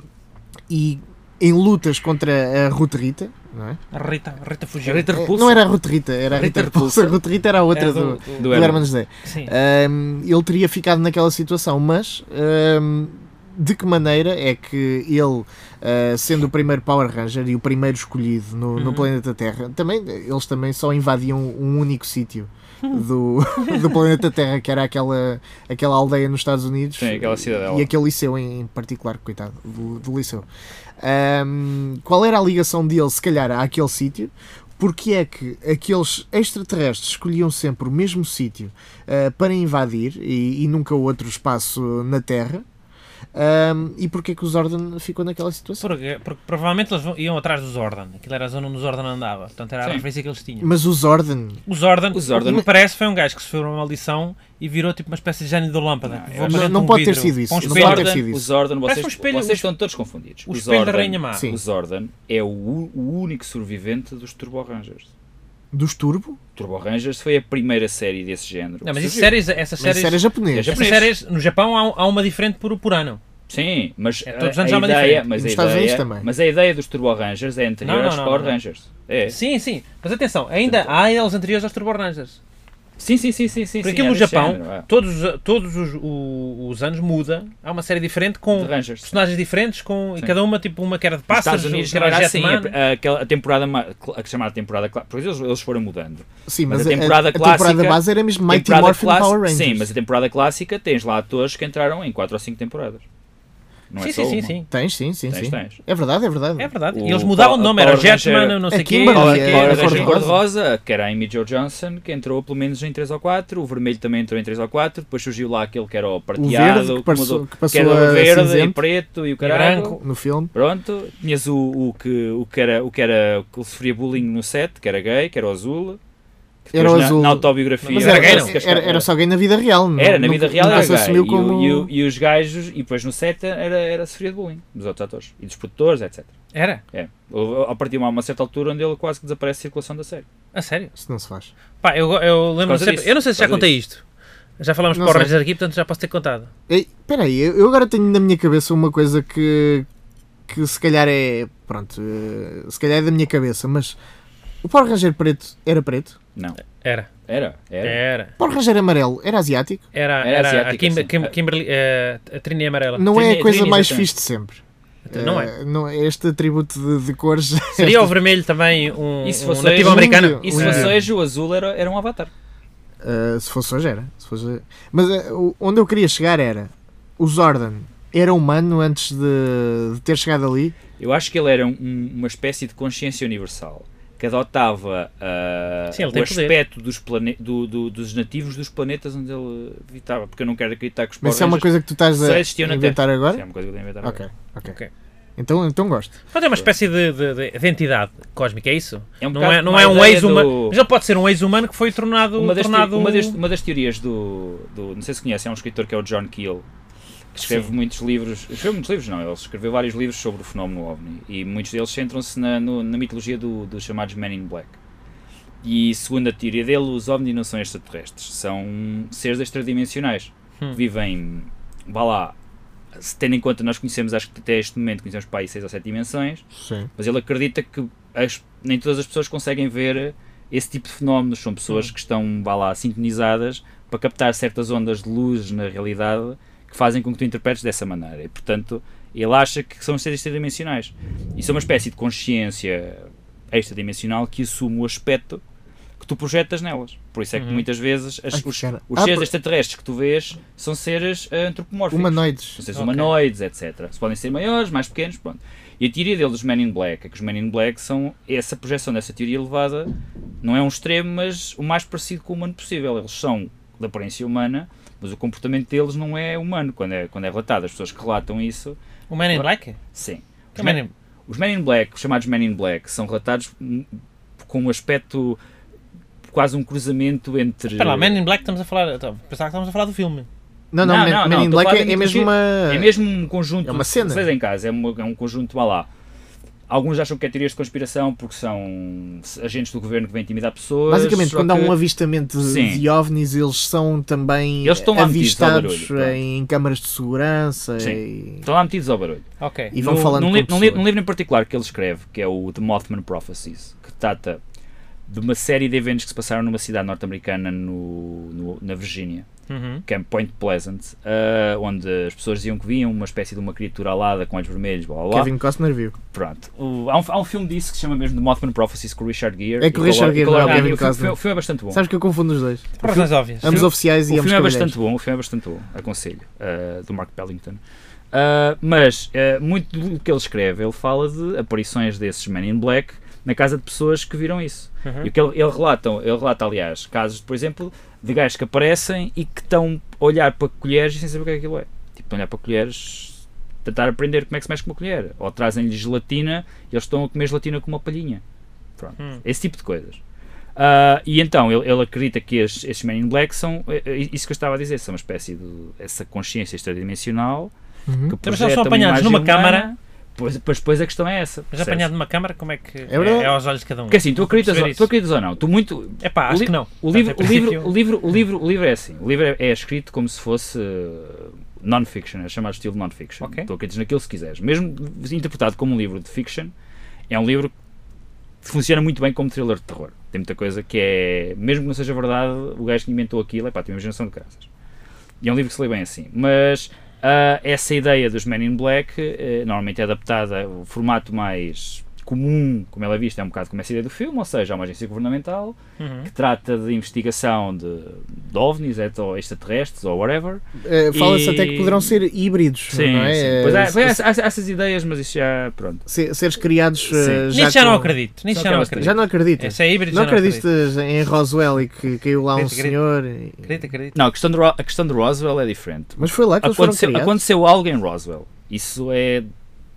S3: e em lutas contra a Ruth Rita, não é?
S4: A Rita, a Rita fugiu.
S5: Rita
S3: É,
S5: Repulsa.
S3: Não era a Ruth Rita, era a
S5: Rita
S3: Rita Repulsa. A Ruth Rita era a outra
S4: É
S3: do,
S4: do-
S3: do,
S5: do
S3: Herman José.
S4: Sim.
S3: Ahm, ele teria ficado naquela situação, mas ahm, de que maneira é que ele, ah, sendo o primeiro Power Ranger e o primeiro escolhido no,
S5: Uhum.
S3: no planeta Terra, também, eles também só invadiam um único sítio
S5: Hum.
S3: do, do planeta Terra, que era aquela, aquela aldeia nos Estados Unidos
S5: Sim, aquela cidadela.
S3: e aquele liceu em particular, coitado, do, do liceu. Ahm, qual era a ligação dele, se calhar, àquele sítio? Porque é que aqueles extraterrestres escolhiam sempre o mesmo sítio ah, para invadir e, e nunca outro espaço na Terra? Ahm, e porque é que o Zordon ficou naquela situação?
S4: Porque, porque provavelmente eles vão- iam atrás dos Ordon. Aquilo era a zona onde os Ordon andava. Portanto, era a
S5: Sim.
S4: referência que eles tinham.
S3: Mas o Zordon,
S4: Os Ordon,
S5: Os Zordon-
S4: o que me parece, foi um gajo que sofreu uma maldição e virou tipo uma espécie de gênio da lâmpada. Vou
S5: eu-
S4: para dentro
S3: Não
S4: de um
S3: pode ter
S4: vidro,
S3: sido isso.
S4: para
S3: Não
S4: um
S5: Os
S3: pode
S4: espelho.
S3: ter
S5: Ordon-
S3: sido isso.
S5: Os Ordon,
S4: Parece
S5: vocês,
S4: um espelho-
S5: vocês
S4: o-
S5: estão todos confundidos.
S4: O
S5: Os
S4: espelho da
S5: Ordon-
S4: Rainha Má.
S3: Sim.
S5: Os Ordon é o, o único sobrevivente dos Turbo Rangers.
S3: dos Turbo,
S5: Turbo Rangers foi a primeira série desse género.
S4: Não, mas
S5: que
S4: isso
S5: surgiu.
S4: séries, essas
S3: mas
S4: séries,
S3: isso era japonês.
S5: É
S4: essas séries, no Japão há, há uma diferente por, por ano.
S5: Sim, mas
S4: É,
S5: a-
S4: todos os
S5: a,
S4: anos há uma
S5: ideia,
S4: diferente.
S3: E
S5: mas
S3: nos
S5: a
S3: Estados Unidos
S5: ideia,
S3: também.
S5: mas a ideia dos Turbo Rangers é anterior
S4: Não, não,
S5: aos
S4: não,
S5: Power
S4: não, não.
S5: Rangers. É. Sim,
S4: Sim, sim. Mas atenção, ainda há eles anteriores aos Turbo Rangers.
S5: sim, sim, sim, sim.
S4: Porque
S5: sim,
S4: aquilo
S5: é
S4: no
S5: desse
S4: Japão,
S5: género, é.
S4: todos, os- todos os, o- os anos muda. Há uma série diferente com
S5: De Rangers.
S4: personagens diferentes com, e
S5: Sim.
S4: cada uma, tipo, uma que era de
S5: Nos
S4: pássaros,
S5: Estados Unidos
S4: outra
S5: não era
S4: era
S5: assim,
S4: Jetman.
S5: a, a- aquela- a temporada, ma- cla- a chamada temporada clássica, porque eles, eles foram mudando.
S3: Sim,
S5: Mas
S3: mas,
S5: a
S3: a,
S5: temporada
S3: a temporada
S5: clássica-
S3: base era mesmo Mighty
S5: Temporada
S3: Morphin
S5: clássica-
S3: Power Rangers.
S5: Sim, mas a temporada clássica tens lá atores que entraram em 4 ou 5 temporadas. Não
S4: Sim,
S5: é
S4: sim,
S5: só
S4: sim,
S5: uma.
S4: sim.
S3: Tens, sim, sim,
S5: Tens,
S3: sim.
S5: tens.
S3: É verdade, é verdade.
S4: É verdade.
S5: O
S4: E eles mudavam de nome, era
S5: Power Ranger-
S4: Jetman, não sei
S3: a
S4: o quê.
S3: Kimberly,
S4: não sei
S3: é-
S4: quê,
S3: é-
S4: não
S5: Ora,
S4: sei
S5: a
S4: o quê.
S3: Cor-de-Rosa.
S5: cor-de-rosa, que era a Amy Jo Johnson, que entrou pelo menos em 3 ou 4, o vermelho também entrou em 3 ou 4, depois surgiu lá aquele que era o prateado,
S3: verde, que
S5: que
S3: passou-
S5: mudou-
S3: que passou
S5: era o
S3: a
S5: verde e
S3: cinzento.
S5: preto e o
S4: E
S5: caralho.
S4: branco.
S3: No filme.
S5: Pronto, tinhas o, o que, o, que era, o que era, o que sofria bullying no set, que era gay, que era o azul. que
S3: Era o
S5: depois na-
S3: azul.
S5: Na, autobiografia.
S4: Mas
S3: Mas
S4: era
S3: era,
S4: gay, não?
S3: era, era, era só gay na vida real. não-
S5: Era, na
S3: nunca-
S5: vida real
S3: nunca
S5: era
S3: se
S5: gay. E,
S3: assumiu
S5: o-
S3: como...
S5: e o- e os gajos, e depois no set era, era sofria de bullying dos outros atores e dos produtores, etc.
S4: Era?
S5: É. Houve- A partir de uma, uma certa altura onde ele quase que desaparece de circulação da série.
S4: A sério?
S3: Isso não se faz.
S4: Pá, eu, eu lembro
S5: causa
S4: sempre.
S5: disso,
S4: Eu não sei se já
S5: por causa
S4: contei isto. Já falámos de
S3: Não
S4: Power
S3: sei.
S4: Rangers aqui, portanto já posso ter contado.
S3: Ei, Espera aí, eu eu agora tenho na minha cabeça uma coisa que, que se calhar é... Pronto, eh, se calhar é da minha cabeça, mas... O Power Ranger preto era preto?
S5: Não.
S4: Era.
S5: Era, era.
S3: O
S4: Era.
S3: Power Ranger amarelo era asiático?
S4: Era,
S5: Era
S4: era, a
S5: asiática,
S4: Kim,
S5: sim.
S4: Kim- Kimberly, eh, a Trini Amarela.
S3: Não é
S5: Trini-
S3: a coisa
S5: Trini,
S3: mais
S5: exatamente.
S3: fixe de sempre.
S4: Não é.
S3: Eh, não- este atributo de, de cores...
S4: Seria o vermelho também um,
S5: E se
S4: um
S5: fosse
S4: nativo
S5: um
S4: americano?
S3: índio?
S5: E se
S3: Um
S5: fosse
S3: índio.
S5: hoje, o azul era, era um avatar.
S3: Uh, se fosse hoje era. Se fosse... Mas uh, o- onde eu queria chegar era o Zordon era humano antes de, de ter chegado ali.
S5: Eu acho que ele era um- um- uma espécie de consciência universal que adotava ah,
S4: Sim, ele
S5: o
S4: tem poder.
S5: aspecto dos, plane- do- do- dos nativos dos planetas onde ele habitava. Porque eu não quero acreditar que os
S3: Mas
S5: Power
S3: isso é uma
S5: Rangers-
S3: coisa que tu estás
S5: só
S3: a
S5: existiam na
S3: inventar agora?
S5: Isso é uma coisa que eu tenho inventado
S3: Ok,
S5: agora.
S3: ok.
S4: Ok.
S3: Então, então gosto.
S4: Pronto, é uma espécie de, de, de- de entidade cósmica, é isso?
S5: É um
S4: não
S5: bocado
S4: é, não
S5: como
S4: é
S5: a
S4: um
S5: ideia
S4: ex-humano.
S5: do-
S4: Mas ele pode ser um ex-humano que foi tornado.
S5: Uma das, te-
S4: tornado... um
S5: uma das- uma das teorias do, do- Não sei se conhecem, é um escritor que é o John Keel, que escreve muitos livros. Escreveu muitos livros, não. Ele escreveu vários livros sobre o fenómeno OVNI. E muitos deles centram-se na, no- na mitologia do- dos chamados Men in Black. E segundo a teoria dele, os OVNI não são extraterrestres, são seres extradimensionais.
S4: Hum.
S5: Vivem, vá lá, se tendo em conta nós conhecemos, acho que até este momento conhecemos para aí 6 ou 7 dimensões,
S3: Sim.
S5: mas ele acredita que as- nem todas as pessoas conseguem ver esse tipo de fenómenos. São
S3: Uhum.
S5: pessoas que estão, vá lá, sintonizadas para captar certas ondas de luz na realidade que fazem com que tu interpretes dessa maneira. E, portanto, ele acha que são seres extradimensionais. Isso é uma espécie de consciência extradimensional que assume o aspecto que tu projetas nelas. Por isso é que muitas vezes as-
S3: Uhum. Ai,
S5: os,
S3: cara.
S5: os
S3: Ah,
S5: seres
S3: por-
S5: extraterrestres que tu vês são seres eh, antropomórficos.
S3: Humanoides.
S5: São seres
S4: Ok.
S5: humanoides, etc. Se podem ser maiores, mais pequenos, pronto. E a teoria dele dos Men in Black é que os Men in Black são essa projeção dessa teoria elevada, não é um extremo, mas o mais parecido com o humano possível. Eles são de aparência humana, mas o comportamento deles não é humano quando é, quando é relatado. As pessoas que relatam isso,
S4: O um Man in Black?
S5: sim.
S4: O Man in-
S5: Os Men in Black, os chamados Men in Black, são relatados hum, com um aspecto quase um cruzamento entre.
S4: Espera lá, Man in Black estamos a falar. então, Pensava que estávamos a falar do filme.
S3: Não, não,
S5: Não,
S3: Men,
S5: não,
S3: Men
S5: não,
S3: in
S5: tô a
S3: Black
S5: falar tipo,
S3: é,
S5: de
S3: é mesmo uma.
S5: É mesmo um conjunto.
S3: É uma cena.
S5: Vocês em casa, é, uma- é um conjunto, vá lá. Alguns acham que é teorias de conspiração porque são agentes do governo que vêm intimidar pessoas.
S3: Basicamente,
S5: só
S3: quando há
S5: que-
S3: um avistamento de,
S5: Sim.
S3: de ovnis, eles são também
S5: Eles estão lá metidos ao barulho,
S3: avistados
S5: pronto.
S3: em câmaras de segurança
S5: Sim.
S3: e-
S5: Estão lá metidos ao barulho.
S4: Ok.
S3: e vão
S5: Num-
S3: falando
S5: num,
S3: com
S5: li- num, li-
S3: pessoas.
S5: num livro em particular que ele escreve, que é o The Mothman Prophecies, que trata de uma série de eventos que se passaram numa cidade norte-americana no- no- na Virgínia,
S4: Uhum.
S5: que é Point Pleasant, ah, onde as pessoas diziam que viam uma espécie de uma criatura alada com olhos vermelhos, blá blá blá.
S3: Kevin Costner viu.
S5: Pronto. O- há, um, há um filme disso que se chama mesmo The Mothman Prophecies com o Richard Gere.
S3: É com o
S5: e
S3: Richard
S5: e
S3: Gere, não
S5: Laura
S3: é o
S5: Palmer.
S3: Kevin
S5: O filme-
S3: Costner.
S5: O filme é bastante bom.
S3: Sabes que eu confundo os dois.
S4: Por razões óbvias.
S3: Ambos oficiais
S5: O
S3: e ambos
S5: filme é bastante
S3: cavalheiros.
S5: bom, o filme é bastante bom, aconselho, eh, do Mark Pellington. Eh, mas eh, muito do que ele escreve, ele fala de aparições desses Men in Black na casa de pessoas que viram isso.
S4: Uhum.
S5: E o que ele, ele relata, ele relata, aliás, casos, por exemplo, de gajos que aparecem e que estão a olhar para colheres sem saber o que é que aquilo é. Tipo, estão a olhar para colheres, tentar aprender como é que se mexe com uma colher. Ou trazem-lhes gelatina e eles estão a comer gelatina com uma palhinha. Pronto.
S4: Hum.
S5: Esse tipo de coisas. Ah, e então, ele, ele acredita que estes, estes Men in Black são, é- é isso que eu estava a dizer, são uma espécie de essa consciência extradimensional
S3: Uhum.
S5: que
S4: Então, mas eles
S5: projeta
S4: são
S5: uma
S4: apanhados
S5: imagem
S4: numa
S5: humana.
S4: câmara.
S5: Pois, pois, pois a questão é essa.
S4: Mas
S5: percebes?
S4: apanhado numa câmara, como é que. É,
S3: verdade.
S4: é aos olhos de cada um.
S5: Porque assim, tu acreditas,
S4: Perceber
S5: ou-
S4: isso.
S5: tu acreditas ou não? Tu muito,
S4: É pá, acho
S5: li-
S4: que não.
S5: O livro, o,
S4: Portanto, em
S5: livro,
S4: princípio-
S5: o, livro, o, livro, o livro é assim. O livro é, é escrito como se fosse uh, non-fiction, é chamado estilo non-fiction.
S4: Ok.
S5: Tu acreditas naquilo se quiseres. Mesmo interpretado como um livro de fiction, é um livro que funciona muito bem como thriller de terror. Tem muita coisa que é. Mesmo que não seja verdade, o gajo que inventou aquilo, é pá, tem uma imaginação de graças. E é um livro que se lê bem assim. Mas ah, essa ideia dos Men in Black eh, normalmente é adaptada, o formato mais comum, como ela é vista, é um bocado como essa ideia do filme, ou seja, há uma agência governamental
S4: Uhum.
S5: que trata de investigação de, de ovnis, et- ou extraterrestres, ou whatever.
S3: Eh, Fala-se
S5: E-
S3: até que poderão ser híbridos, não é? Eh,
S5: Pois há,
S3: se-
S5: pois há- há- há essas ideias, mas isso já, pronto.
S3: se- seres criados. eh,
S5: Sim.
S3: Já
S4: Nisso já não
S3: com-
S4: acredito. Nisso
S5: Só
S4: já não
S5: aquelas três.
S4: acredito.
S3: Já não acreditas.
S4: Esse é híbrido,
S3: Não
S4: já não acredito.
S3: acreditas em Roswell e que caiu lá um
S4: Acredito,
S3: senhor.
S4: acredito.
S3: e-
S4: Acredito, acredito.
S5: Não, a questão de, Ro- a questão de Roswell é diferente.
S3: Mas foi lá que eles foram
S5: Aconteceu,
S3: criados.
S5: aconteceu algo em Roswell. Isso é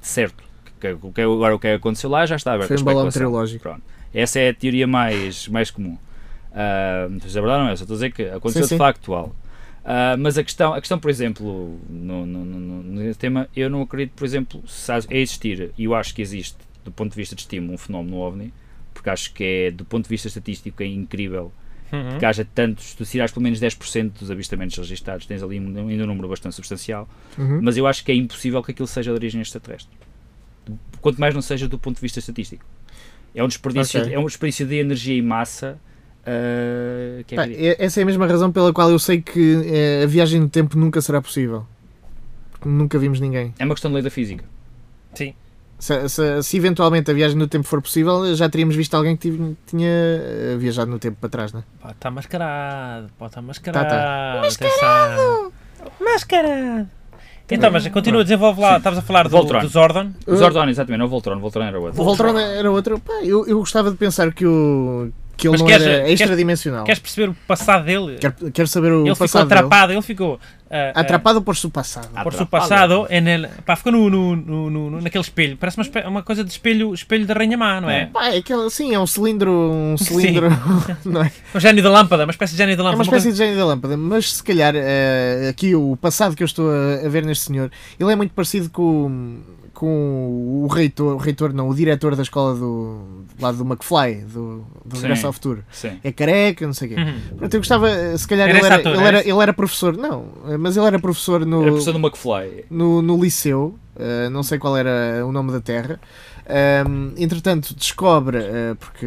S5: certo. Que- que- que- agora o que aconteceu lá já está aberto.
S3: Foi
S5: à
S3: um balão
S5: especulação.
S3: trilógico.
S5: Pronto. Essa é a teoria mais, mais comum. Ah, não sei se é verdade ou não é, só estou a dizer que aconteceu
S3: Sim, sim.
S5: de facto algo. Ah, mas a questão, a questão, por exemplo, no, no, no- no- nesse tema, eu não acredito, por exemplo, se há- é existir, e eu acho que existe, do ponto de vista de estímulo, um fenómeno OVNI, porque acho que é, do ponto de vista estatístico, é incrível
S4: Uhum.
S5: que haja tantos, tu tirares pelo menos 10% dos avistamentos registados, tens ali um- ainda um número bastante substancial,
S3: Uhum.
S5: mas eu acho que é impossível que aquilo seja de origem extraterrestre. Quanto mais não seja do ponto de vista estatístico. É um desperdício,
S3: Ok.
S5: é um desperdício de energia e massa ah, que é
S3: Pá,
S5: ridículo.
S3: é- essa é a mesma razão pela qual eu sei que eh, a viagem no tempo nunca será possível. Porque nunca vimos ninguém.
S5: É uma questão de lei da física.
S3: Se, se- se eventualmente a viagem no tempo for possível, já teríamos visto alguém que tive- tinha eh, viajado no tempo para trás, não é?
S4: Pá, está mascarado. Pá, está
S5: Tá,
S4: mascarado. Mascarado! Mascarado! Então, mas continua, desenvolve lá. Estavas a falar do,
S5: Voltron.
S4: do Zordon.
S5: Os Ordon, exatamente, não o Voltron, o Voltron era o
S3: O
S5: outro.
S3: Voltron é- era outro. Pá, eu, eu gostava de pensar que, o, que ele
S4: Mas
S3: não
S4: queres-
S3: era
S4: queres-
S3: extradimensional.
S4: Queres perceber o passado dele?
S3: Quero, quero saber o
S4: ele ficou
S3: passado. dele.
S4: atrapado, ele ficou. ah, ah,
S3: Atrapado por seu passado.
S4: por seu
S5: Atrapado.
S4: passado, en el, pá, ficou no, no, no- no- naquele espelho. Parece uma, espe- uma coisa de espelho, espelho da Rainha Má, não é?
S5: É.
S3: Pá, é aquele, sim, é um cilindro. Um cilindro não é?
S4: Um gênio da lâmpada, uma espécie de gênio da
S3: É uma
S4: lâmpada. Ah, uma
S3: espécie de gênio da lâmpada, mas se calhar eh, aqui o passado que eu estou a, a ver neste senhor, ele é muito parecido com, com o reitor, o reitor não, o diretor da escola do lá do McFly, do, do
S5: Sim.
S3: Regresso ao Futuro.
S5: Sim.
S3: É careca, não sei o quê.
S4: coisa- Uhum.
S3: Pronto, eu gostava, eh, se calhar
S4: Era
S3: ele
S4: essa
S3: era,
S4: altura,
S3: ele,
S4: era
S3: era,
S4: essa?
S3: ele era professor, não, eh, mas ele era professor no,
S5: Era a pessoa do McFly.
S3: no, no liceu, eh, não sei qual era o nome da terra. Ahm, entretanto, descobre, eh, porque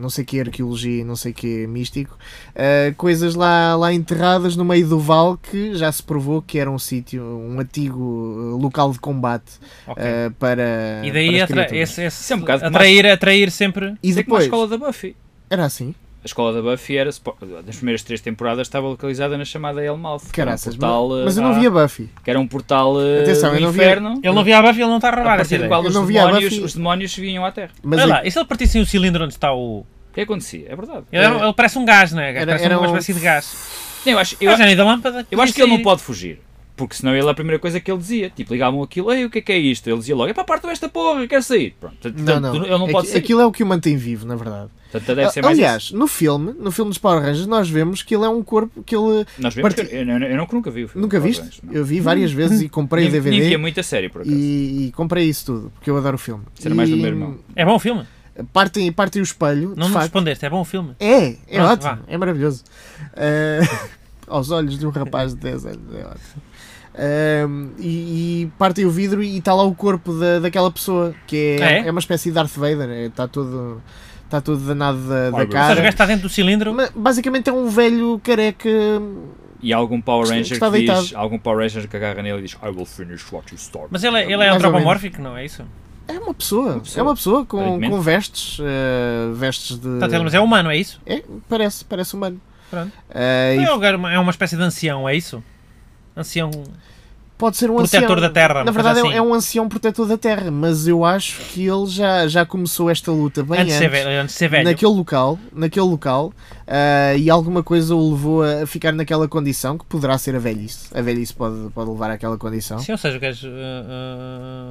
S3: não sei que é arqueologia e não sei que é místico, eh, coisas lá, lá enterradas no meio do vale que já se provou que era um sítio, um antigo eh, local de combate
S4: Ok.
S3: eh, para.
S4: e
S3: para
S4: daí
S3: as
S4: atra
S3: criaturas.
S4: esse, esse-
S5: Isso é um bocado
S4: atrair, atrair sempre.
S3: E
S5: Isso é como a
S3: depois.
S5: escola da Buffy.
S3: Era assim.
S5: A escola da Buffy era, supo- nas primeiras três temporadas, estava localizada na chamada Hellmouth. que era um
S3: Caraças.
S5: portal,
S3: mas, mas eu
S5: ah,
S3: não via Buffy.
S5: Que era um portal ah,
S3: Atenção,
S5: do
S3: eu não via-
S5: inferno.
S4: Ele não via a Buffy, ele não está a
S5: A
S4: roubar essa
S5: partir do
S4: ideia.
S5: qual
S3: Eu
S5: os
S3: não via a
S5: demónios,
S3: Buffy.
S5: os demónios vinham à Terra.
S3: Mas
S4: Olha
S3: é-
S4: lá, e se ele partisse em um cilindro onde está o.
S5: O que acontecia? É verdade.
S4: Ele, era- ele parece um gás, não é?
S3: Era-
S4: parece
S3: era
S4: uma
S3: um-
S4: espécie de gás.
S5: Eu acho, eu,
S4: Eu, da lâmpada,
S5: eu acho que
S4: podia
S5: ele não
S4: ser-
S5: pode fugir. Porque senão ele é a primeira coisa que ele dizia, tipo, ligavam aquilo, ei, o que é que é isto? Ele dizia logo, é para a parte desta porra, quero sair. Pronto, portanto,
S3: Não, não.
S5: tu- ele não
S3: Aqui-
S5: pode sair.
S3: Aquilo é o que o mantém vivo, na verdade. Ah,
S5: Portanto, deve ser mais
S3: Aliás,
S5: isso.
S3: no filme, no filme dos Power Rangers, nós vemos que ele é um corpo que ele.
S5: Nós vemos,
S3: parti-
S5: eu, eu- eu nunca, nunca vi o filme.
S3: Nunca
S5: Power
S3: viste?
S5: Rangers, não.
S3: Eu vi várias vezes e comprei
S5: Nem-
S3: o
S5: Nem
S4: é
S5: via
S3: DVD
S5: muito a série, por acaso.
S3: e, e comprei isso tudo, porque eu adoro o filme.
S5: Isso era mais do
S3: E
S5: meu irmão.
S4: É bom o filme?
S3: Partem, partem o espelho,
S4: Não
S3: de
S4: me
S3: facto.
S4: respondeste, é bom o filme.
S3: É, é
S4: Pronto,
S3: ótimo,
S4: vá.
S3: é maravilhoso. Eh, aos olhos de um rapaz de 10 anos, é ótimo. Ehm, e, e partem o vidro e está lá o corpo da, daquela pessoa, que é,
S4: É?
S3: é uma espécie de Darth Vader, é, está todo, está todo danado da, da
S5: Olha,
S4: Mas o gajo
S3: cara.
S4: está dentro do cilindro.
S3: Mas, basicamente é um velho careca.
S5: E há algum Power
S3: Está-
S5: Ranger
S3: está
S5: que diz,
S3: deitado.
S5: há algum Power Ranger que agarra nele e diz I will finish what you started.
S4: Mas ele, é- ele é
S3: Mais ou
S4: antropomórfico, não é isso?
S3: É uma pessoa,
S5: pessoa.
S3: é uma pessoa com,
S5: Aparentemente.
S3: com vestes, eh, vestes de.
S4: Portanto, ele- mas é humano, é isso?
S3: É, parece, parece humano.
S4: Pronto.
S3: Eh, e
S4: É, o gajo- é uma espécie de ancião, é isso? Ancião.
S3: pode ser um
S4: Protetor
S3: ancião.
S4: da terra, uma
S3: Na
S4: coisa
S3: verdade, é-
S4: assim.
S3: é um ancião protetor da terra, mas eu acho que ele já, já começou esta luta bem antes.
S4: Antes de ser velho. Antes de ser velho.
S3: Naquele local, naquele local eh, e alguma coisa o levou a a ficar naquela condição que poderá ser a velhice. A velhice pode, pode levar àquela condição.
S4: Sim, ou seja, o gajo ah,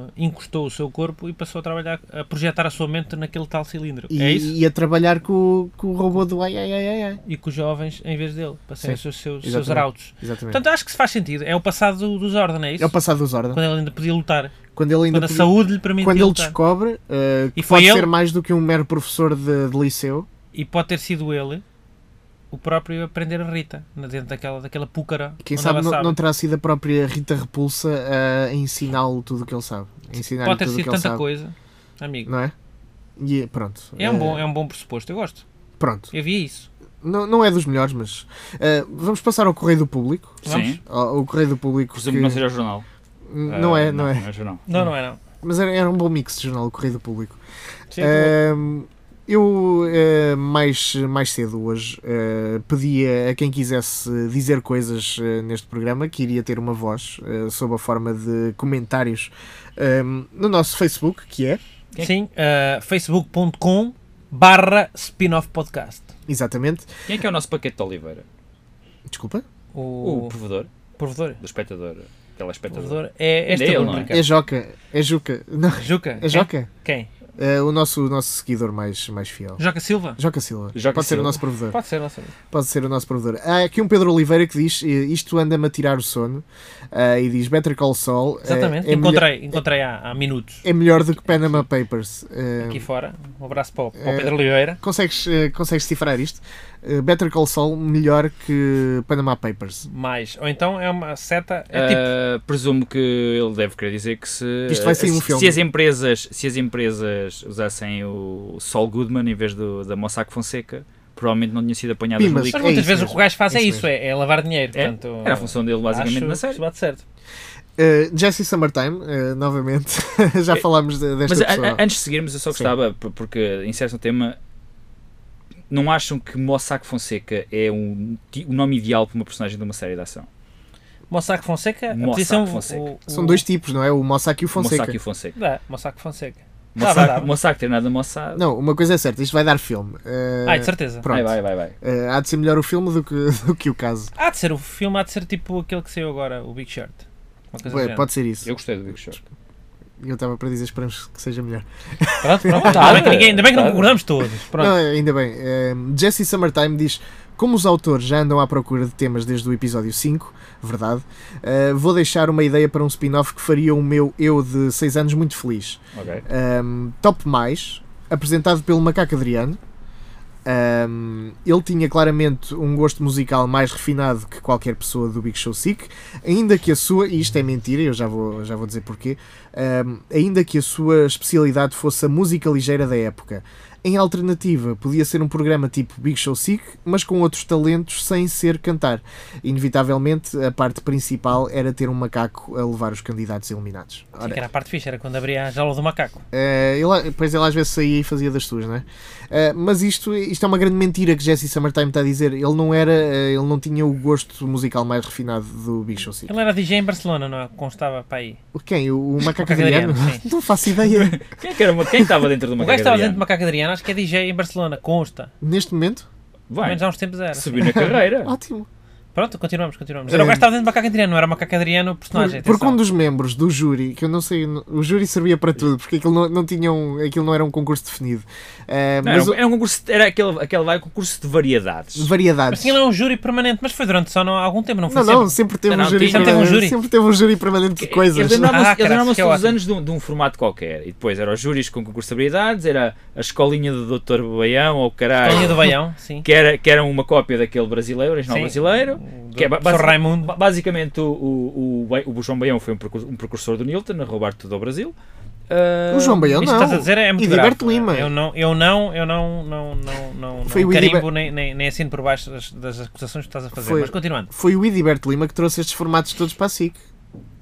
S4: ah, encostou o seu corpo e passou a trabalhar, a projetar a sua mente naquele tal cilindro.
S3: E,
S4: é isso?
S3: e a trabalhar com, o- com o robô do ai ai ai ai, ai.
S4: E com os jovens em vez dele, para serem os
S3: Sim,
S4: seus, seus, seus
S3: exatamente.
S4: arautos.
S3: Exatamente.
S4: Portanto, acho que se faz sentido. É o passado do- dos Ordem, é isso?
S3: é o passado dos Ordem.
S4: Quando ele ainda podia lutar.
S3: Quando ele ainda
S4: Quando a
S3: podia-
S4: saúde lhe permitia
S3: quando ele
S4: lutar.
S3: descobre eh, que
S4: E foi
S3: pode
S4: ele?
S3: ser mais do que um mero professor de, de liceu,
S4: E pode ter sido ele o próprio a prender a Rita, na- dentro daquela, daquela púcara.
S3: quem
S4: onde
S3: sabe
S4: ela
S3: não, não terá sido a própria Rita Repulsa a ensiná-lo tudo o que ele sabe. A ensinar
S4: Pode ter
S3: tudo o que
S4: sido
S3: ele
S4: tanta
S3: sabe.
S4: coisa, amigo.
S3: Não é? E pronto. eh,
S4: É um, bom, é um bom pressuposto, eu gosto.
S3: Pronto.
S4: Eu vi isso.
S3: Não, não é dos melhores, mas. eh, vamos passar ao Correio do Público.
S4: Vamos?
S5: Sim.
S3: Ao, ao Correio do Público.
S5: Presumo que
S3: que-
S5: não seja o jornal.
S3: N- não é,
S5: Ah,
S3: não, é.
S5: Não é jornal.
S4: Não, não é não.
S3: Mas era, era um bom mix de jornal, o Correio do Público.
S4: Sim, tá
S3: Ahm, eu eh, mais, mais cedo hoje eh, pedi a, a quem quisesse dizer coisas eh, neste programa que iria ter uma voz eh, sob a forma de comentários ahm, no nosso Facebook, que é
S4: Sim, ah, facebook.com barra spin-off podcast.
S3: exatamente.
S5: Quem é que é o nosso paquete de Oliveira?
S3: Desculpa,
S4: O,
S5: O provedor
S4: provedor.
S5: do espectador.
S4: O
S5: Telespectador.
S4: provedor é esta
S5: É ele, não é?
S4: rubrica.
S3: é Joca, é Juca, não,
S4: Juca.
S3: é Joca,
S4: Quem?
S3: eh, o nosso, o nosso seguidor mais, mais fiel.
S4: Joca Silva?
S3: Joca Silva,
S5: Joca
S3: pode ser o
S5: Silva.
S3: nosso provedor.
S4: Pode ser, não sei.
S3: Pode ser o nosso provedor. Há aqui um Pedro Oliveira que diz: eh, Isto anda-me a tirar o sono. ah, e diz: Better Call Saul. eh,
S4: Exatamente.
S3: É, melhor,
S4: encontrei encontrei há, há minutos
S3: é melhor do que Panama Papers. Ah,
S4: aqui fora. Um abraço para o, para o
S3: é-
S4: Pedro Oliveira.
S3: consegues, eh, consegues cifrar isto? Eh, Better Call Saul melhor que Panama Papers.
S4: Mais. Ou então é uma seta. É tipo.
S5: Ah, presumo que ele deve querer dizer que se,
S3: Eh, Isto vai sair um
S5: se,
S3: filme.
S5: se as empresas se as empresas usassem o Saul Goodman em vez do, da Mossack Fonseca, provavelmente não tinha sido apanhadas no
S3: Pimas.
S5: líquido.
S4: Mas
S3: é
S4: muitas
S3: isso
S4: vezes o que
S3: mesmo,
S4: o gajo faz é
S3: é isso
S4: isso, é, é lavar dinheiro.
S5: É,
S4: portanto,
S5: Era a função dele basicamente
S4: acho
S5: na
S4: que
S5: série.
S4: se bate certo.
S3: Eh, Jesse Summertime, eh, novamente. Já falámos de- desta
S5: Eh, Mas a-
S3: pessoa.
S5: a- antes de seguirmos, eu só
S3: Sim.
S5: gostava, por- porque inseres no tema, não acham que Mossack Fonseca é um, ti- o nome ideal para uma personagem de uma série de ação?
S4: Mossack Fonseca. a
S5: Mossack
S4: petição-
S5: Fonseca.
S4: o- o-
S3: São dois tipos, não é? O Mossack e o Fonseca.
S5: Mossack e o Fonseca.
S4: Dá, Mossack Fonseca. vai,
S5: Mossack,
S4: dá.
S5: Mossack treinado a Mossack.
S3: Não, uma coisa é certa: isto vai dar filme. Eh,
S4: Ah, de certeza.
S3: Pronto.
S5: é- Vai, vai, vai, vai.
S3: Eh, há de ser melhor o filme do que, do que o caso.
S4: Há de ser, o filme há de ser tipo aquele que saiu agora, o Big Short. Uma coisa
S3: Bem,
S4: do
S3: pode ser isso.
S5: é. Eu gostei do Big Short.
S3: Eu estava para dizer, esperamos que seja melhor.
S4: género. Pronto, pronto.
S5: Nada.
S4: ainda, Tá, bem que ninguém- ainda bem que não
S5: Nada.
S4: concordamos todos. Pronto.
S3: Não, ainda bem. Ehm, Jesse Summertime diz: Como os autores já andam à procura de temas desde o episódio 5, verdade, eh, vou deixar uma ideia para um spin-off que faria o meu eu de 6 anos muito feliz.
S5: Ok.
S3: Ehm, Top Mais, apresentado pelo Macaco Adriano. Ehm, ele tinha claramente um gosto musical mais refinado que qualquer pessoa do Big Show Sick, ainda que a sua, e isto é mentira, eu já vou, já vou dizer porquê, ehm, ainda que a sua especialidade fosse a música ligeira da época. Em alternativa, podia ser um programa tipo Big Show Sick, mas com outros talentos sem ser cantar. Inevitavelmente, a parte principal era ter um macaco a levar os candidatos eliminados.
S4: Sim,
S3: Ora,
S4: que era a parte fixe, era quando abria a jaula do macaco.
S3: eh, ele, pois ele às vezes saía e fazia das suas, não é? Eh, mas isto, isto é uma grande mentira que Jesse Summertime está a dizer. Ele não era, eh, ele não tinha o gosto musical mais refinado do bicho assim.
S4: Ele era DJ em Barcelona, não é? Constava para aí.
S3: O Quem? O, o macaco
S4: O Cagariano,
S3: Adriano?
S4: sim.
S3: Não faço ideia.
S5: Quem, é que era, uma- quem estava dentro de uma
S4: o gajo estava dentro de
S5: uma...
S4: Macaco Adriano, acho que é DJ em Barcelona, consta.
S3: Neste momento,
S4: Pelo
S5: Vai,
S4: menos há uns tempos era.
S5: subiu na carreira.
S3: ótimo.
S4: Pronto, continuamos, continuamos. Era o gajo que estava dentro do macaco Adriano, não é era o macaco Adriano o personagem.
S3: Por- Porque
S4: atenção.
S3: um dos membros do júri, que eu não sei, o júri servia para tudo, porque aquilo não, não tinha um- aquilo não era um concurso definido. Eh,
S5: Não,
S3: mas
S5: era, um, era um concurso, era aquele, aquele vai concurso de variedades.
S3: variedades.
S4: Mas tinha lá um júri permanente, mas foi durante só não, algum tempo, não foi
S3: Não, não,
S4: sempre?
S3: sempre teve,
S5: Não,
S3: um
S5: não,
S3: júri
S5: tinha-
S4: sempre teve um
S3: permanente-
S4: júri.
S3: sempre teve um júri permanente de
S5: Eles
S3: coisas.
S5: lembravam-se
S4: Ah,
S5: eles lembravam-se
S4: caraças, que
S5: todos os
S4: ótimo.
S5: anos de um, de um formato qualquer. E depois eram os júris com concurso de habilidades, era a escolinha do Dr. Baião ou caralho.
S4: Linha do Baião, sim.
S5: que era, que era uma cópia daquele brasileiro, original
S4: Sim.
S5: brasileiro,
S4: Do
S5: que é ba-
S4: professor
S5: basi-
S4: Raimundo.
S5: ba- basicamente o, o, o, o João Baião foi um, precu- um precursor do Newton a roubar tudo ao Brasil. Ah,
S3: O João Baião
S4: Isto
S3: não.
S4: que estás a dizer é muito
S3: Heriberto
S4: grave.
S3: Lima.
S4: Eu não, eu não, eu não, não, não, não,
S3: Foi
S4: não
S3: o
S4: carimbo
S3: Heriberto-
S4: nem, nem, nem assino por baixo das, das acusações que estás a fazer.
S3: Foi-
S4: Mas continuando.
S3: Foi o Idiberto Lima que trouxe estes formatos todos para a SIC.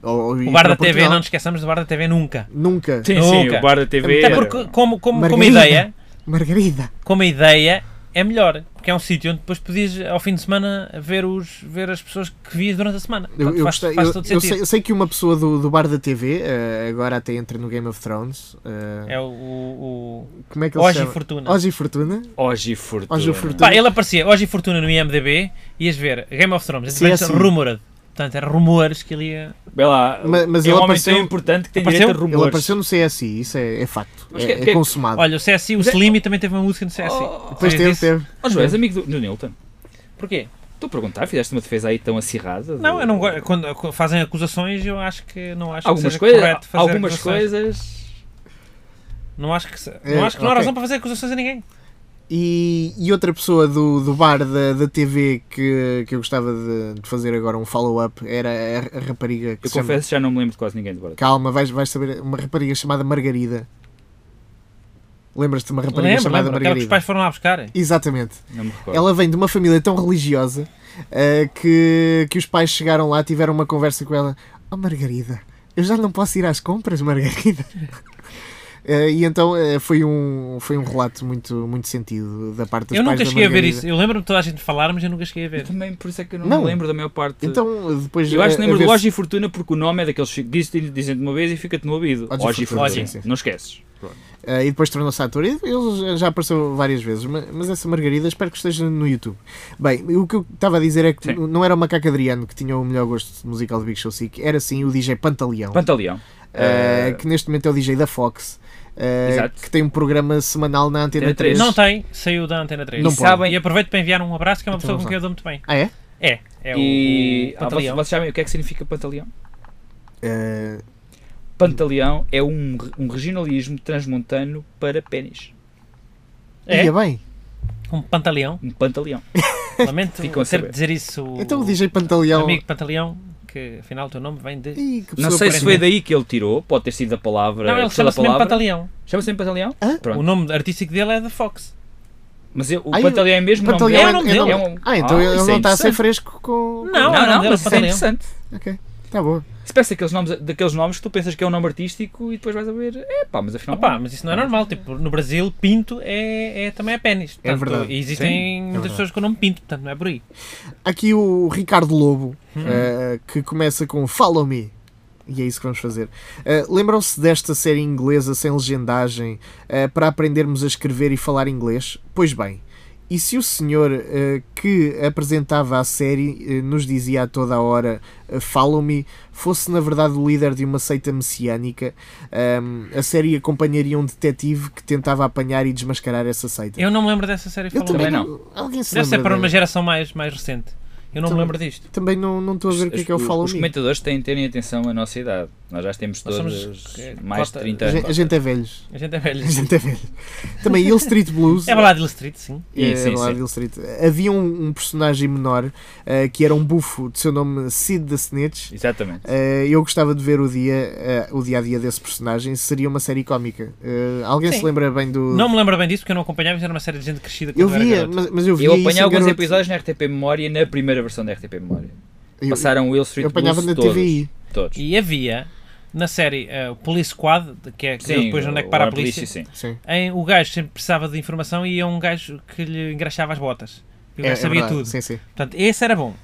S3: Ou- ou-
S4: O
S3: e
S4: bar
S3: para
S4: da TV,
S3: Portugal.
S4: não nos esqueçamos do bar da TV nunca.
S3: Nunca.
S5: Sim, sim,
S4: Nunca.
S5: o Bar da TV.
S4: Até
S5: era-
S4: porque, como, como, como
S3: Margarida.
S4: ideia,
S3: Margarida.
S4: como ideia, é melhor. Porque é um sítio onde depois podias, ao fim de semana, ver, os, ver as pessoas que vias durante a semana.
S3: Eu,
S4: Portanto,
S3: eu
S4: faz,
S3: gostei-
S4: faz
S3: eu-
S4: todo
S3: eu
S4: sentido.
S3: sei, eu sei que uma pessoa do, do bar da TV, eh, agora até entra no Game of Thrones. eh,
S4: É o, o, o-
S3: Como é que ele se
S4: Hoje e
S3: chama?
S4: Fortuna.
S3: Oji Fortuna.
S5: Hoje e Fortuna.
S3: Hoje e Fortuna.
S4: Pá, ele aparecia hoje e Fortuna no IMDB, ias ver Game of Thrones,
S3: Sim, é
S4: entretanto,
S3: assim.
S4: rumored. Portanto, eram rumores que ele ia.
S5: Vê lá,
S3: Ma- mas
S5: é
S3: ele
S5: um homem
S3: apareceu-
S5: tão importante que tem
S4: Apareceu?
S5: direito a rumores.
S3: Ele apareceu no CSI, isso é, é facto.
S5: Mas que-
S3: É, é
S5: que-
S3: consumado.
S4: Olha, é o CSI, o
S5: Mas é-
S4: Slimmy também teve uma música no CSI.
S5: Oh,
S3: Depois
S4: Sabias
S3: teve,
S4: disso?
S3: teve.
S5: Ó, João, és amigo do, do Newton.
S4: Porquê?
S5: Estou a perguntar, fizeste uma defesa aí tão acirrada? de-
S4: Não, eu não gosto. Quando quando fazem acusações, eu acho que não acho que
S5: Algumas,
S4: seja
S5: coisa,
S4: correto fazer
S5: algumas
S4: acusações.
S5: coisas.
S4: Não acho que, se-
S3: É,
S4: não, acho que não há
S3: ok. Então,
S4: razão para fazer acusações a ninguém.
S3: E, e outra pessoa do, do bar da, da TV que, que eu gostava de, de fazer agora um follow-up era a, a rapariga que
S5: Eu
S3: se chama-
S5: confesso, já não me lembro de quase ninguém do Bar da
S3: Calma, vais, vais saber. Uma rapariga chamada Margarida. Lembras-te de uma rapariga
S4: Lembra,
S3: chamada
S4: lembra, aquela que os
S3: Margarida?
S4: pais foram lá buscar.
S3: Exatamente.
S5: TV. Não me recordo.
S3: Ela vem de uma família tão religiosa eh, que, que os pais chegaram lá, tiveram uma conversa com ela. Oh, Margarida, eu já não posso ir às compras, Margarida. Eh, e então eh, foi, um, foi um relato muito, muito sentido da parte dos
S4: Eu
S3: pais
S4: nunca
S3: da
S4: cheguei a ver
S3: Margarida.
S4: isso. Eu lembro-me de toda a gente falar, mas eu nunca cheguei a
S5: Eu
S4: ver.
S5: também, por isso é que eu não,
S3: Não.
S5: me lembro da maior parte.
S3: Então, depois.
S5: Eu acho que
S3: eh,
S5: lembro
S3: a
S5: de
S3: ver
S5: Loja
S3: se-
S5: e Fortuna porque o nome é daqueles que diz- diz- dizem de uma vez e fica-te no ouvido.
S3: Loja e
S5: Loja e
S3: Fortuna,
S5: Fortuna.
S3: sim, sim.
S5: Não esqueces.
S3: eh, e depois tornou-se ator. E ele já apareceu várias vezes. ma- Mas essa Margarida, espero que esteja no YouTube. Bem, o que eu estava a dizer é que
S5: Sim.
S3: não era o Macaco Adriano que tinha o melhor gosto musical do Big Show Sick, era sim o DJ Pantaleão.
S5: Pantaleão.
S3: Uh,
S5: Uh,
S3: que neste momento é o DJ da Fox, uh,
S5: Exato.
S3: que tem um programa semanal na Antena
S5: Antena
S3: 3.
S5: três.
S4: Não tem, saiu da antena 3.
S3: Não
S5: e
S3: pode.
S5: sabem,
S4: E aproveito para enviar um abraço, que é uma
S3: Então
S4: pessoa com
S3: vamos
S4: quem eu dou muito bem.
S3: Ah, é?
S4: É, é
S5: e
S4: o
S5: ah, vocês,
S4: Pantaleão.
S5: vocês sabem o que é que significa pantaleão? É.
S3: Uh,
S5: Pantaleão é um, re- um regionalismo transmontano para pênis.
S4: É,
S3: Eh, ia bem.
S4: um Pantaleão.
S5: Um pantaleão.
S4: Lamento
S5: Ficam a
S4: ter
S5: saber.
S4: de dizer isso.
S3: Então o DJ Pantaleão.
S4: Amigo Pantaleão, que afinal o teu nome vem de.
S3: Ih, que
S5: Não
S3: pessoa
S5: sei se
S3: parece-
S5: foi daí que ele tirou, pode ter sido da palavra.
S4: Não, ele
S5: gostou da
S4: chama-se mesmo
S5: palavra.
S4: Pantaleão.
S5: Chama-se mesmo pantaleão?
S3: Hã?
S5: Pronto.
S4: O nome artístico dele é da Fox.
S5: Mas eu- o
S3: Ai,
S5: pantaleão é mesmo o nome
S3: Pantaleão
S4: é- é
S5: dele?
S4: nome-
S5: um-
S3: Ah, então ele
S5: isso
S3: não
S5: é
S3: está a ser
S5: interessante.
S3: fresco com. com-
S4: Não,
S5: Não, não,
S4: dele é
S5: mas isso é
S4: Pantaleão.
S5: interessante.
S3: Ok, está bom.
S5: Se parece aqueles nomes, daqueles nomes que tu pensas que é um nome artístico e depois vais a ver, é pá, mas afinal.
S4: Opa, mas isso não é normal. Tipo, no Brasil, pinto é, é- também é pênis.
S3: É
S4: Portanto,
S3: verdade. é
S4: E existem muitas
S3: verdade.
S4: pessoas com o nome pinto, portanto não é por aí.
S3: Aqui o Ricardo Lobo,
S5: Hum.
S3: uh, que começa com Follow Me. E é isso que vamos fazer. Uh, Lembram-se desta série inglesa sem legendagem uh, para aprendermos a escrever e falar inglês? Pois bem, e se o senhor uh, que apresentava a série uh, nos dizia a toda a hora uh, Follow Me fosse na verdade o líder de uma seita messiânica? Um, a série acompanharia um detetive que tentava apanhar e desmascarar essa seita.
S4: Eu não me lembro dessa série.
S3: Eu
S4: Falou
S5: também
S4: bem.
S5: não.
S3: Alguém se
S4: Deve ser
S3: lembra
S4: para
S3: dela?
S4: uma geração mais, mais recente. Eu não
S3: Também-
S4: me lembro disto.
S3: Também não não estou a ver o que é que é o
S5: Os-
S3: Follow
S5: Os
S3: Me.
S5: comentadores têm de terem atenção à nossa idade. Nós já temos
S4: Nós
S5: todos
S4: somos, eh,
S5: mais de
S4: cota-
S5: 30
S3: A
S5: anos.
S3: gente, a gente é velhos.
S4: A gente é velho.
S3: A gente é velho. Também Hill Street Blues.
S4: É Balada Street, sim.
S3: É,
S5: Sim, sim,
S3: lá
S5: sim.
S3: de Hill Street. Havia um, um personagem menor eh, que era um bufo de seu nome Sid the Snitch.
S5: Exatamente.
S3: Eh, eu gostava de ver o dia, eh, o dia a dia desse personagem. Seria uma série cómica. Eh, alguém
S4: Sim.
S3: se lembra bem do.
S4: Não me lembro bem disso porque eu não acompanhava, isso era uma série de gente crescida quando
S3: eu
S4: era
S3: via,
S4: garoto.
S3: mas, mas eu via.
S5: Eu
S3: isso em
S5: apanhei alguns
S3: garoto.
S5: episódios na RTP Memória, na primeira versão da RTP Memória.
S3: Eu-
S5: Passaram o Will Street
S3: Eu apanhava
S5: Blues
S3: na
S5: todos,
S3: TVI.
S5: Todos.
S4: E havia na série eh, o Police Squad, que é que
S5: Sim,
S4: depois onde é que
S5: o assim.
S4: para a
S5: War
S4: polícia,
S5: Sim.
S3: Sim.
S4: em, o gajo sempre precisava de informação e é ia um gajo que lhe engraxava as botas. E o gajo sabia
S3: É, verdade.
S4: tudo.
S3: Sim, sim.
S4: Portanto, esse era bom.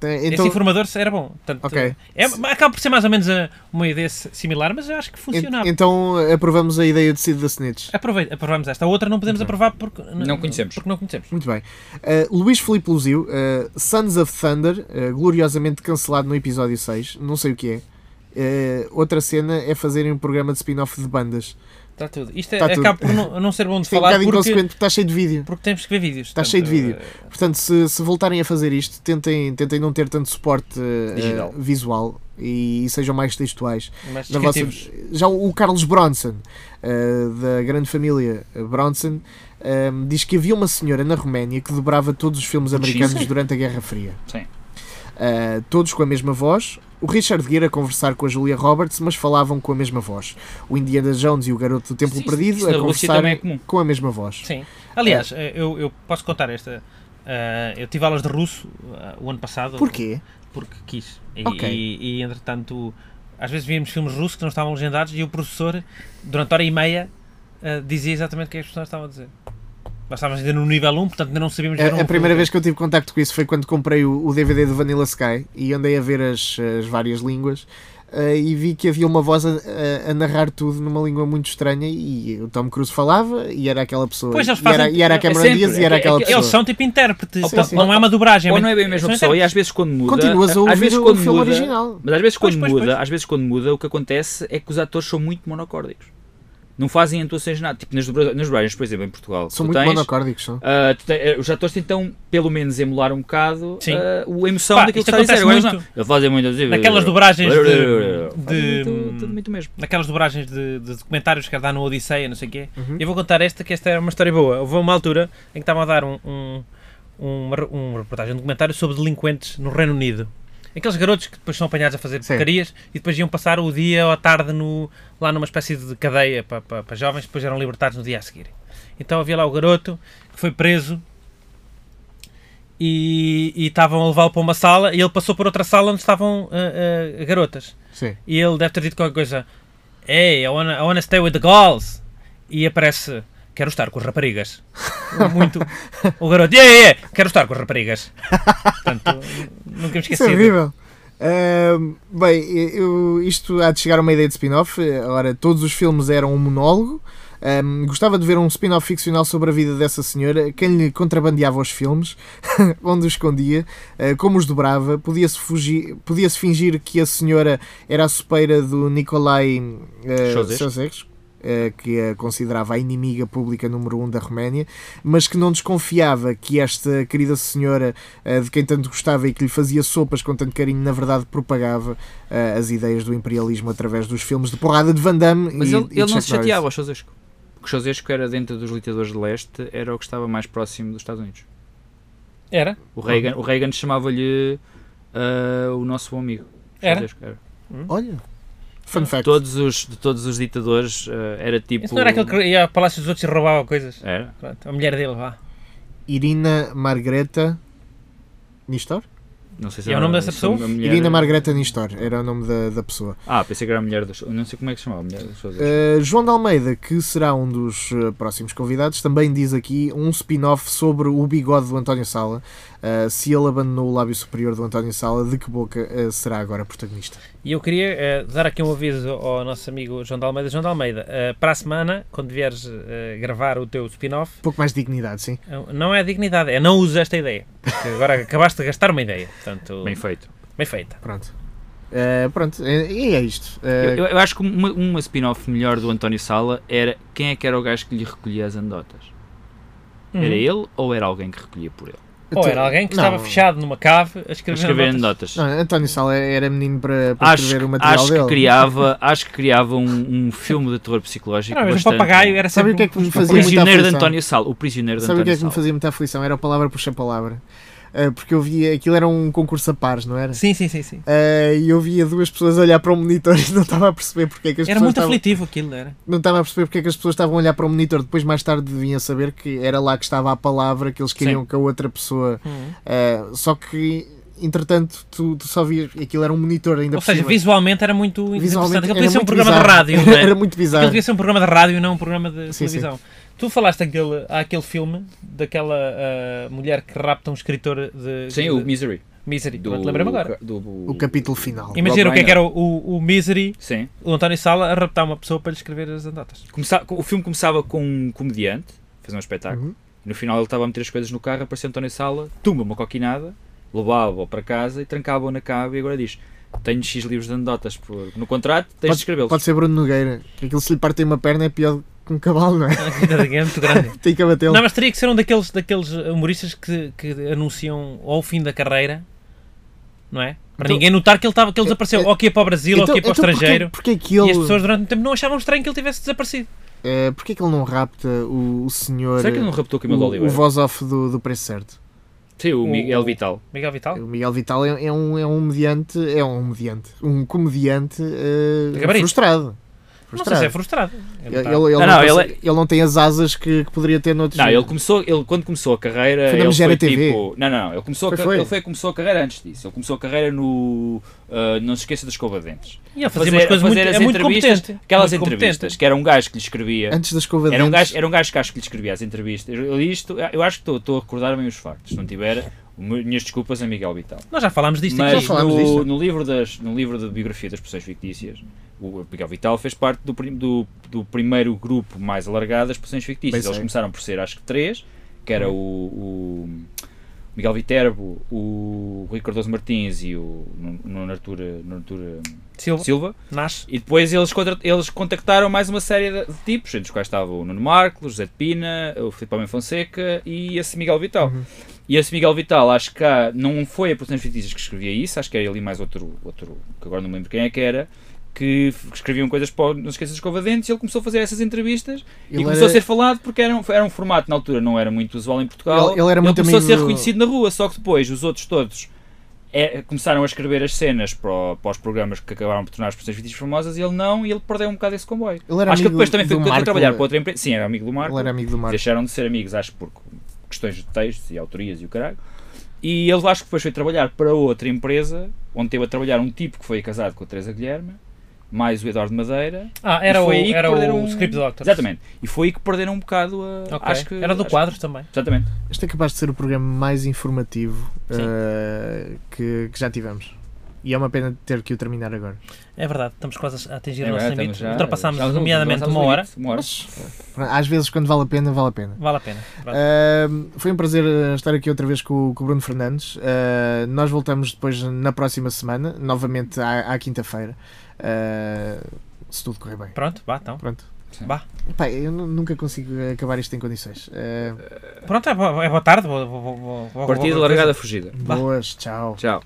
S3: Tem-
S4: Esse
S3: Então,
S4: informador era bom. Portanto,
S3: Ok.
S4: é- acaba por ser mais ou menos a- uma ideia si- similar, mas eu acho que funcionava.
S3: en- então aprovamos a ideia de Sid da Snitch.
S4: Aproveita, aprovamos esta. A outra não podemos aprovar porque
S5: Uhum. Não conhecemos.
S4: Porque não conhecemos.
S3: Muito bem. Uh, Luís Filipe Luzio, uh, Sons of Thunder, uh, gloriosamente cancelado no episódio 6, não sei o que é. Uh, outra cena é fazerem um programa de spin-off de bandas.
S4: Está tudo. Isto é-
S3: Está tudo.
S4: acaba por não, não ser bom de
S3: Isto é um
S4: falar
S3: bocado
S4: porque,
S3: inconsequente porque está cheio de vídeo.
S4: porque temos que ver vídeos.
S3: Está
S4: Portanto,
S3: cheio de vídeo.
S4: eh,
S3: Portanto, se, se voltarem a fazer isto, tentem, tentem não ter tanto suporte uh,
S5: Digital.
S3: uh, visual e, e sejam mais textuais.
S4: eh, Mas
S3: Na vossa-
S4: criativos.
S3: já o Carlos Bronson, eh, da grande família Bronson, eh, diz que havia uma senhora na Roménia que dobrava todos os filmes americanos
S5: Sim.
S3: durante a Guerra Fria.
S5: Sim.
S3: Eh, todos com a mesma voz. O Richard Gere a conversar com a Julia Roberts, mas falavam com a mesma voz. O Indiana Jones e o Garoto do Templo
S5: Isto-
S3: Perdido
S5: isto
S3: a
S5: na Rússia
S3: conversar
S5: também é comum.
S3: com a mesma voz.
S4: Sim. Aliás,
S3: É.
S4: eh, eu, eu posso contar esta. eh, eu tive aulas de russo eh, o ano passado.
S3: Porquê?
S4: Porque quis. E,
S3: Ok.
S4: e, e, entretanto, às vezes víamos filmes russos que não estavam legendados e o professor, durante hora e meia, eh, dizia exatamente o que as pessoas estavam a dizer. Nós estávamos ainda no nível 1, portanto ainda não sabíamos ver um
S3: É, A, a primeira
S4: filme.
S3: vez que eu tive contacto com isso foi quando comprei o, o DVD do Vanilla Sky e andei a ver as, as várias línguas eh, e vi que havia uma voz a, a- a narrar tudo numa língua muito estranha e o Tom Cruise falava e era aquela pessoa.
S4: Pois, eles
S3: e, era,
S4: fazem-
S3: e era a
S5: é
S3: Cameron
S5: sempre,
S3: Diaz e
S5: é-
S3: era
S5: é-
S3: aquela
S5: é-
S3: pessoa.
S4: Eles são tipo intérpretes,
S3: Sim,
S4: não-
S3: sim.
S4: não é uma dobragem.
S5: Ou
S4: mas
S5: não é bem a mesma
S4: são
S5: pessoa, e às vezes quando muda.
S3: Continuas a
S5: às
S3: ouvir
S5: vezes
S3: o
S5: quando
S3: filme
S5: muda-
S3: original.
S5: Mas às vezes
S4: Pois,
S5: quando
S4: pois,
S5: muda,
S4: pois.
S5: às vezes quando muda, o que acontece é que os atores são muito monocórdicos. Não fazem atuações nada. Tipo nas dobra- nas dublagens, por exemplo, em Portugal.
S3: São
S5: tu
S3: muito
S5: tens,
S3: monocórdicos. São.
S5: ah, tu te- eh, os atores tentam, pelo menos, emular um bocado
S4: Sim.
S5: ah, o- a emoção
S4: Pá,
S5: daquilo
S4: isto
S5: que está a
S4: acontece
S5: dizer. Agora eles
S4: muito.
S5: não. Eles fazem muito assim,
S4: Naquelas dobragens de-
S5: Fazem
S4: de-
S5: muito- tudo muito mesmo.
S4: naquelas dobragens de, de documentários que dá no Odisseia, não sei o quê. Eu vou contar esta, que esta é uma história boa. Houve uma altura em que estava a dar um, um, uma re- um reportagem, um documentário sobre delinquentes no Reino Unido. Aqueles garotos que depois são apanhados a fazer
S3: Sim.
S4: porcarias e depois iam passar o dia ou a tarde no, lá numa espécie de cadeia para, para, para jovens, depois eram libertados no dia a seguir. Então havia lá o garoto que foi preso e e estavam a levá-lo para uma sala e ele passou por outra sala onde estavam ah, ah, garotas.
S3: Sim.
S4: E ele deve ter dito qualquer coisa. Hey, I wanna, I wanna stay with the girls. E aparece. Quero estar com as raparigas. Muito. O garoto. Yeah, yeah, yeah, quero estar com as raparigas. Portanto, nunca me
S3: Isso é
S4: esqueci.
S3: horrível. Ahm, bem, eu- isto há de chegar a uma ideia de spin-off. Ora, todos os filmes eram um monólogo. Ahm, gostava de ver um spin-off ficcional sobre a vida dessa senhora, quem lhe contrabandeava os filmes, onde os escondia, ah, como os dobrava, podia-se fugir, podia-se fingir que a senhora era a sopeira do Nicolai ah,
S5: Ceausescu.
S3: Ceausescu, ah, que a considerava a inimiga pública número um da Roménia, mas que não desconfiava que esta querida senhora eh, de quem tanto gostava e que lhe fazia sopas com tanto carinho, na verdade propagava eh, as ideias do imperialismo através dos filmes de porrada de Van Damme
S5: Mas
S3: e,
S5: ele,
S3: e de
S5: ele não
S3: Chuck
S5: se
S3: Norris.
S5: chateava ao Chosesco. Porque Chosesco era dentro dos lutadores de leste, era o que estava mais próximo dos Estados Unidos.
S4: Era?
S5: O Reagan, o Reagan chamava-lhe ah, o nosso bom amigo.
S4: Era?
S5: Ceausescu, era.
S3: Olha, fun fact.
S5: Todos os, de todos os ditadores ah, era tipo.
S4: Isso não era aquele que ia ao Palácio dos Outros e roubava coisas?
S5: Era.
S4: Pronto, a mulher dele, vá.
S3: Irina Margreta Nistor?
S5: Não sei se
S4: E é o
S5: era-
S4: nome dessa
S5: se
S4: pessoa?
S5: a mulher-
S3: Irina Margreta Nistor era o nome da, da pessoa.
S5: Ah, pensei que era a mulher das. Não sei como é que se chamava a mulher das pessoas.
S3: Eh, João de Almeida, que será um dos eh, próximos convidados, também diz aqui um spin-off sobre o bigode do António Sala. Eh, se ele abandonou o lábio superior do António Sala, de que boca eh, será agora protagonista?
S4: E eu queria eh, dar aqui um aviso ao nosso amigo João de Almeida. João de Almeida, eh, para a semana, quando vieres eh, gravar o teu spin-off,
S3: Um pouco mais de dignidade, sim.
S4: não é dignidade, é não usa esta ideia. Porque agora acabaste de gastar uma ideia. Portanto,
S5: Bem feito.
S4: bem feita.
S3: Pronto. Eh, pronto, eh, e é isto. Eh,
S5: Eu, eu acho que uma, uma spin-off melhor do António Sala era quem é que era o gajo que lhe recolhia as anedotas?
S4: Uhum.
S5: Era ele ou era alguém que recolhia por ele?
S4: Ou
S3: então-
S4: era alguém que
S3: não,
S4: estava fechado numa cave a
S5: Para
S4: escrever,
S5: escrever
S4: notas.
S5: anedotas.
S3: não, António Sala é- era menino para, para
S5: Acho,
S3: escrever o
S5: que-
S3: material
S5: acho
S3: dele.
S5: que criava, acho que criava um, um filme de terror psicológico.
S4: Era um
S5: bastante
S4: papagaio,
S5: bom.
S4: era
S3: Sabe
S4: sempre
S3: o que é que me
S4: um-
S5: O
S3: fazia muita
S5: prisioneiro de
S3: aflição?
S5: António Sala. O prisioneiro de
S3: Sabe o que é
S5: António
S3: que me
S5: Sala.
S3: fazia muita aflição? Era a palavra puxa palavra. Eh, porque eu via, aquilo era um concurso a pares, não era?
S4: Sim, sim, sim. sim.
S3: Eh, E eu via duas pessoas a olhar para o monitor e não estava a perceber porque é que as
S4: Era
S3: pessoas
S4: muito
S3: estavam,
S4: aflitivo aquilo, era.
S3: não estava a perceber porque é que as pessoas estavam a olhar para o monitor. Depois mais tarde vinha saber que era lá que estava a palavra que eles queriam que a outra pessoa. eh, só que entretanto tu, tu só vias aquilo era um monitor ainda
S4: Ou
S3: por
S4: seja,
S3: cima.
S4: visualmente era muito interessante.
S3: Visualmente
S4: Aquilo
S3: era
S4: podia ser um
S3: muito
S4: programa de
S3: bizarro.
S4: rádio, não é?
S3: era muito
S4: Aquilo
S3: bizarro.
S4: devia ser um programa de rádio e não um programa de
S3: Sim,
S4: televisão. Tu falaste aquele, há aquele filme daquela ah, mulher que rapta um escritor de.
S5: Sim,
S4: de-
S5: o Misery.
S4: Misery.
S5: do,
S4: Não te lembro agora.
S5: do-
S3: O capítulo final.
S4: Imagina o que é
S5: Ryan.
S4: que era o, o, o Misery,
S5: Sim.
S4: o António Sala a raptar uma pessoa para lhe escrever as andotas.
S5: Começa- o filme começava com um comediante, a fazer um espetáculo.
S3: Uhum.
S5: No final ele estava a meter as coisas no carro, apareceu António Sala, tumba uma coquinada, levava-o para casa e trancava-o na cave e agora diz tenho X livros de anedotas por- no contrato, tens de
S3: Pode,
S5: escrevê-los.
S3: pode ser Bruno Nogueira. que Aquilo se lhe partem uma perna é pior que um cavalo, não é?
S4: é muito grande.
S3: Tem que abatê-lo.
S4: Não, mas teria que ser um daqueles, daqueles humoristas que, que anunciam ao fim da carreira, não é? Para
S3: Então-
S4: ninguém notar que ele, estava, que ele desapareceu,
S3: é-
S4: ou que ia para o Brasil, ou que ia para
S3: então
S4: o
S3: porquê-
S4: estrangeiro.
S3: Porquê, é que ele,
S4: E as pessoas durante um tempo não achavam estranho que ele tivesse desaparecido.
S3: eh, porquê que ele não rapta o, o senhor,
S5: Será que ele não raptou o Camilo de
S3: o, o
S5: Oliveira?
S3: voz-off do, do preço certo?
S5: Sim, o
S4: o-
S5: Miguel Vital.
S4: Miguel Vital?
S3: O Miguel Vital é, é um, é um mediante, é um mediante, um comediante eh,
S4: De gabarito.
S3: frustrado.
S4: Não
S3: Frustrado.
S4: sei se é frustrado. Ele
S3: Ele,
S4: tá-
S3: ele- ele não,
S5: Ah, não,
S3: consegue- ele não tem as asas que, que poderia ter noutros.
S5: Não, ele começou, ele, quando começou a carreira,
S3: Foi na
S5: ele
S3: Megera
S5: foi
S3: TV.
S5: tipo... Não, não, não, ele começou, a
S3: Foi,
S5: ca-
S3: foi.
S5: Ele foi, começou a carreira antes disso. Ele começou a carreira no... ah, não se esqueça da escova de dentes.
S4: E ele fazia umas coisas
S5: fazer
S4: muito, é
S5: as
S4: muito
S5: entrevistas,
S4: competente.
S5: Aquelas
S4: Muito competente.
S5: entrevistas, que era um gajo que lhe escrevia.
S3: Antes da escova de
S5: Era um,
S3: dentes.
S5: gajo, era um gajo que acho que lhe escrevia as entrevistas. Eu, isto, eu acho que estou- estou a recordar bem os factos. Se não tiver, o meu- minhas desculpas a Miguel Vital.
S4: Nós já falámos disto
S5: Mas
S4: aqui.
S3: Já falámos
S5: no,
S3: disto.
S5: no livro das, no livro de biografia das pessoas fictícias, o Miguel Vital fez parte do, prim- do, do primeiro grupo mais alargado das pessoas fictícias.
S3: Bem
S5: Eles
S3: sei.
S5: começaram por ser, acho que, três, que era o, o Miguel Viterbo, o Rui Cardoso Martins e o Nuno Artur Nuno Artur
S4: Silva,
S5: Silva.
S4: nasce.
S5: E depois eles, contra- eles contactaram mais uma série de, de tipos, entre os quais estava o Nuno Marco, o José de Pina, o Filipe Homem Fonseca e esse Miguel Vital.
S3: Uhum.
S5: E esse Miguel Vital, acho que há- não foi a Produções Fictícias que escrevia isso, acho que era ali mais outro, outro que agora não me lembro quem é que era, que f- escreviam coisas para o Não Se Esqueça de Escova de Dentes e ele começou a fazer essas entrevistas
S3: Ele
S5: e começou a
S3: era-
S5: ser falado porque era um, era um formato na altura não era muito usual em Portugal.
S3: Ele- ele era muito
S5: começou a
S3: amigo
S5: ser
S3: do-
S5: reconhecido na rua, só que depois os outros todos é- começaram a escrever as cenas para, o- para os programas que acabaram por tornar as pessoas vídeos famosas e ele não, e ele perdeu um bocado esse comboio.
S3: Ele era
S5: acho que
S3: amigo
S5: depois também foi
S3: do
S5: foi
S3: Marco,
S5: trabalhar
S3: não é?
S5: para outra empresa. Sim, era amigo do Marco.
S3: Ele era amigo do Marco.
S5: Deixaram de ser amigos, acho, por questões de textos e autorias e o caralho. E ele acho que depois foi trabalhar para outra empresa, onde teve a trabalhar um tipo que foi casado com a Teresa Guilherme, mais o Eduardo Madeira.
S4: Ah,
S5: E
S4: era o,
S5: foi aí que
S4: era
S5: perderam um-
S4: o Script Doctor.
S5: Exatamente. E foi aí que perderam um bocado a.
S4: Ok.
S5: Acho que,
S4: era do
S5: acho-
S4: quadros também.
S5: Exatamente.
S3: Este é capaz de ser o programa mais informativo
S5: Sim.
S3: eh, que, que já tivemos. E é uma pena ter que o terminar agora.
S4: É verdade, estamos quase a atingir
S5: É
S4: o nosso
S5: verdade,
S4: limite.
S5: estamos já-
S4: Ultrapassámos,
S5: já- já-
S4: nomeadamente,
S5: já- um já-
S4: uma hora.
S5: Uma hora.
S3: Às vezes, quando vale a pena, vale a pena.
S4: Vale a pena. Pronto.
S3: Ahm, foi um prazer eh, estar aqui outra vez com, o- com o Bruno Fernandes. Ah, nós voltamos depois na próxima semana, novamente à, à quinta-feira. Ah, se tudo correr bem.
S4: Pronto, vá então.
S3: Pronto.
S4: Vá.
S3: Epá, eu nu- nunca consigo acabar isto em condições. Ah,
S4: Pronto, é boa, é boa tarde. Vou, vou, vou, vou, vou-
S5: Partida largada fugida.
S4: Vá.
S3: boas, tchau.
S5: Tchau.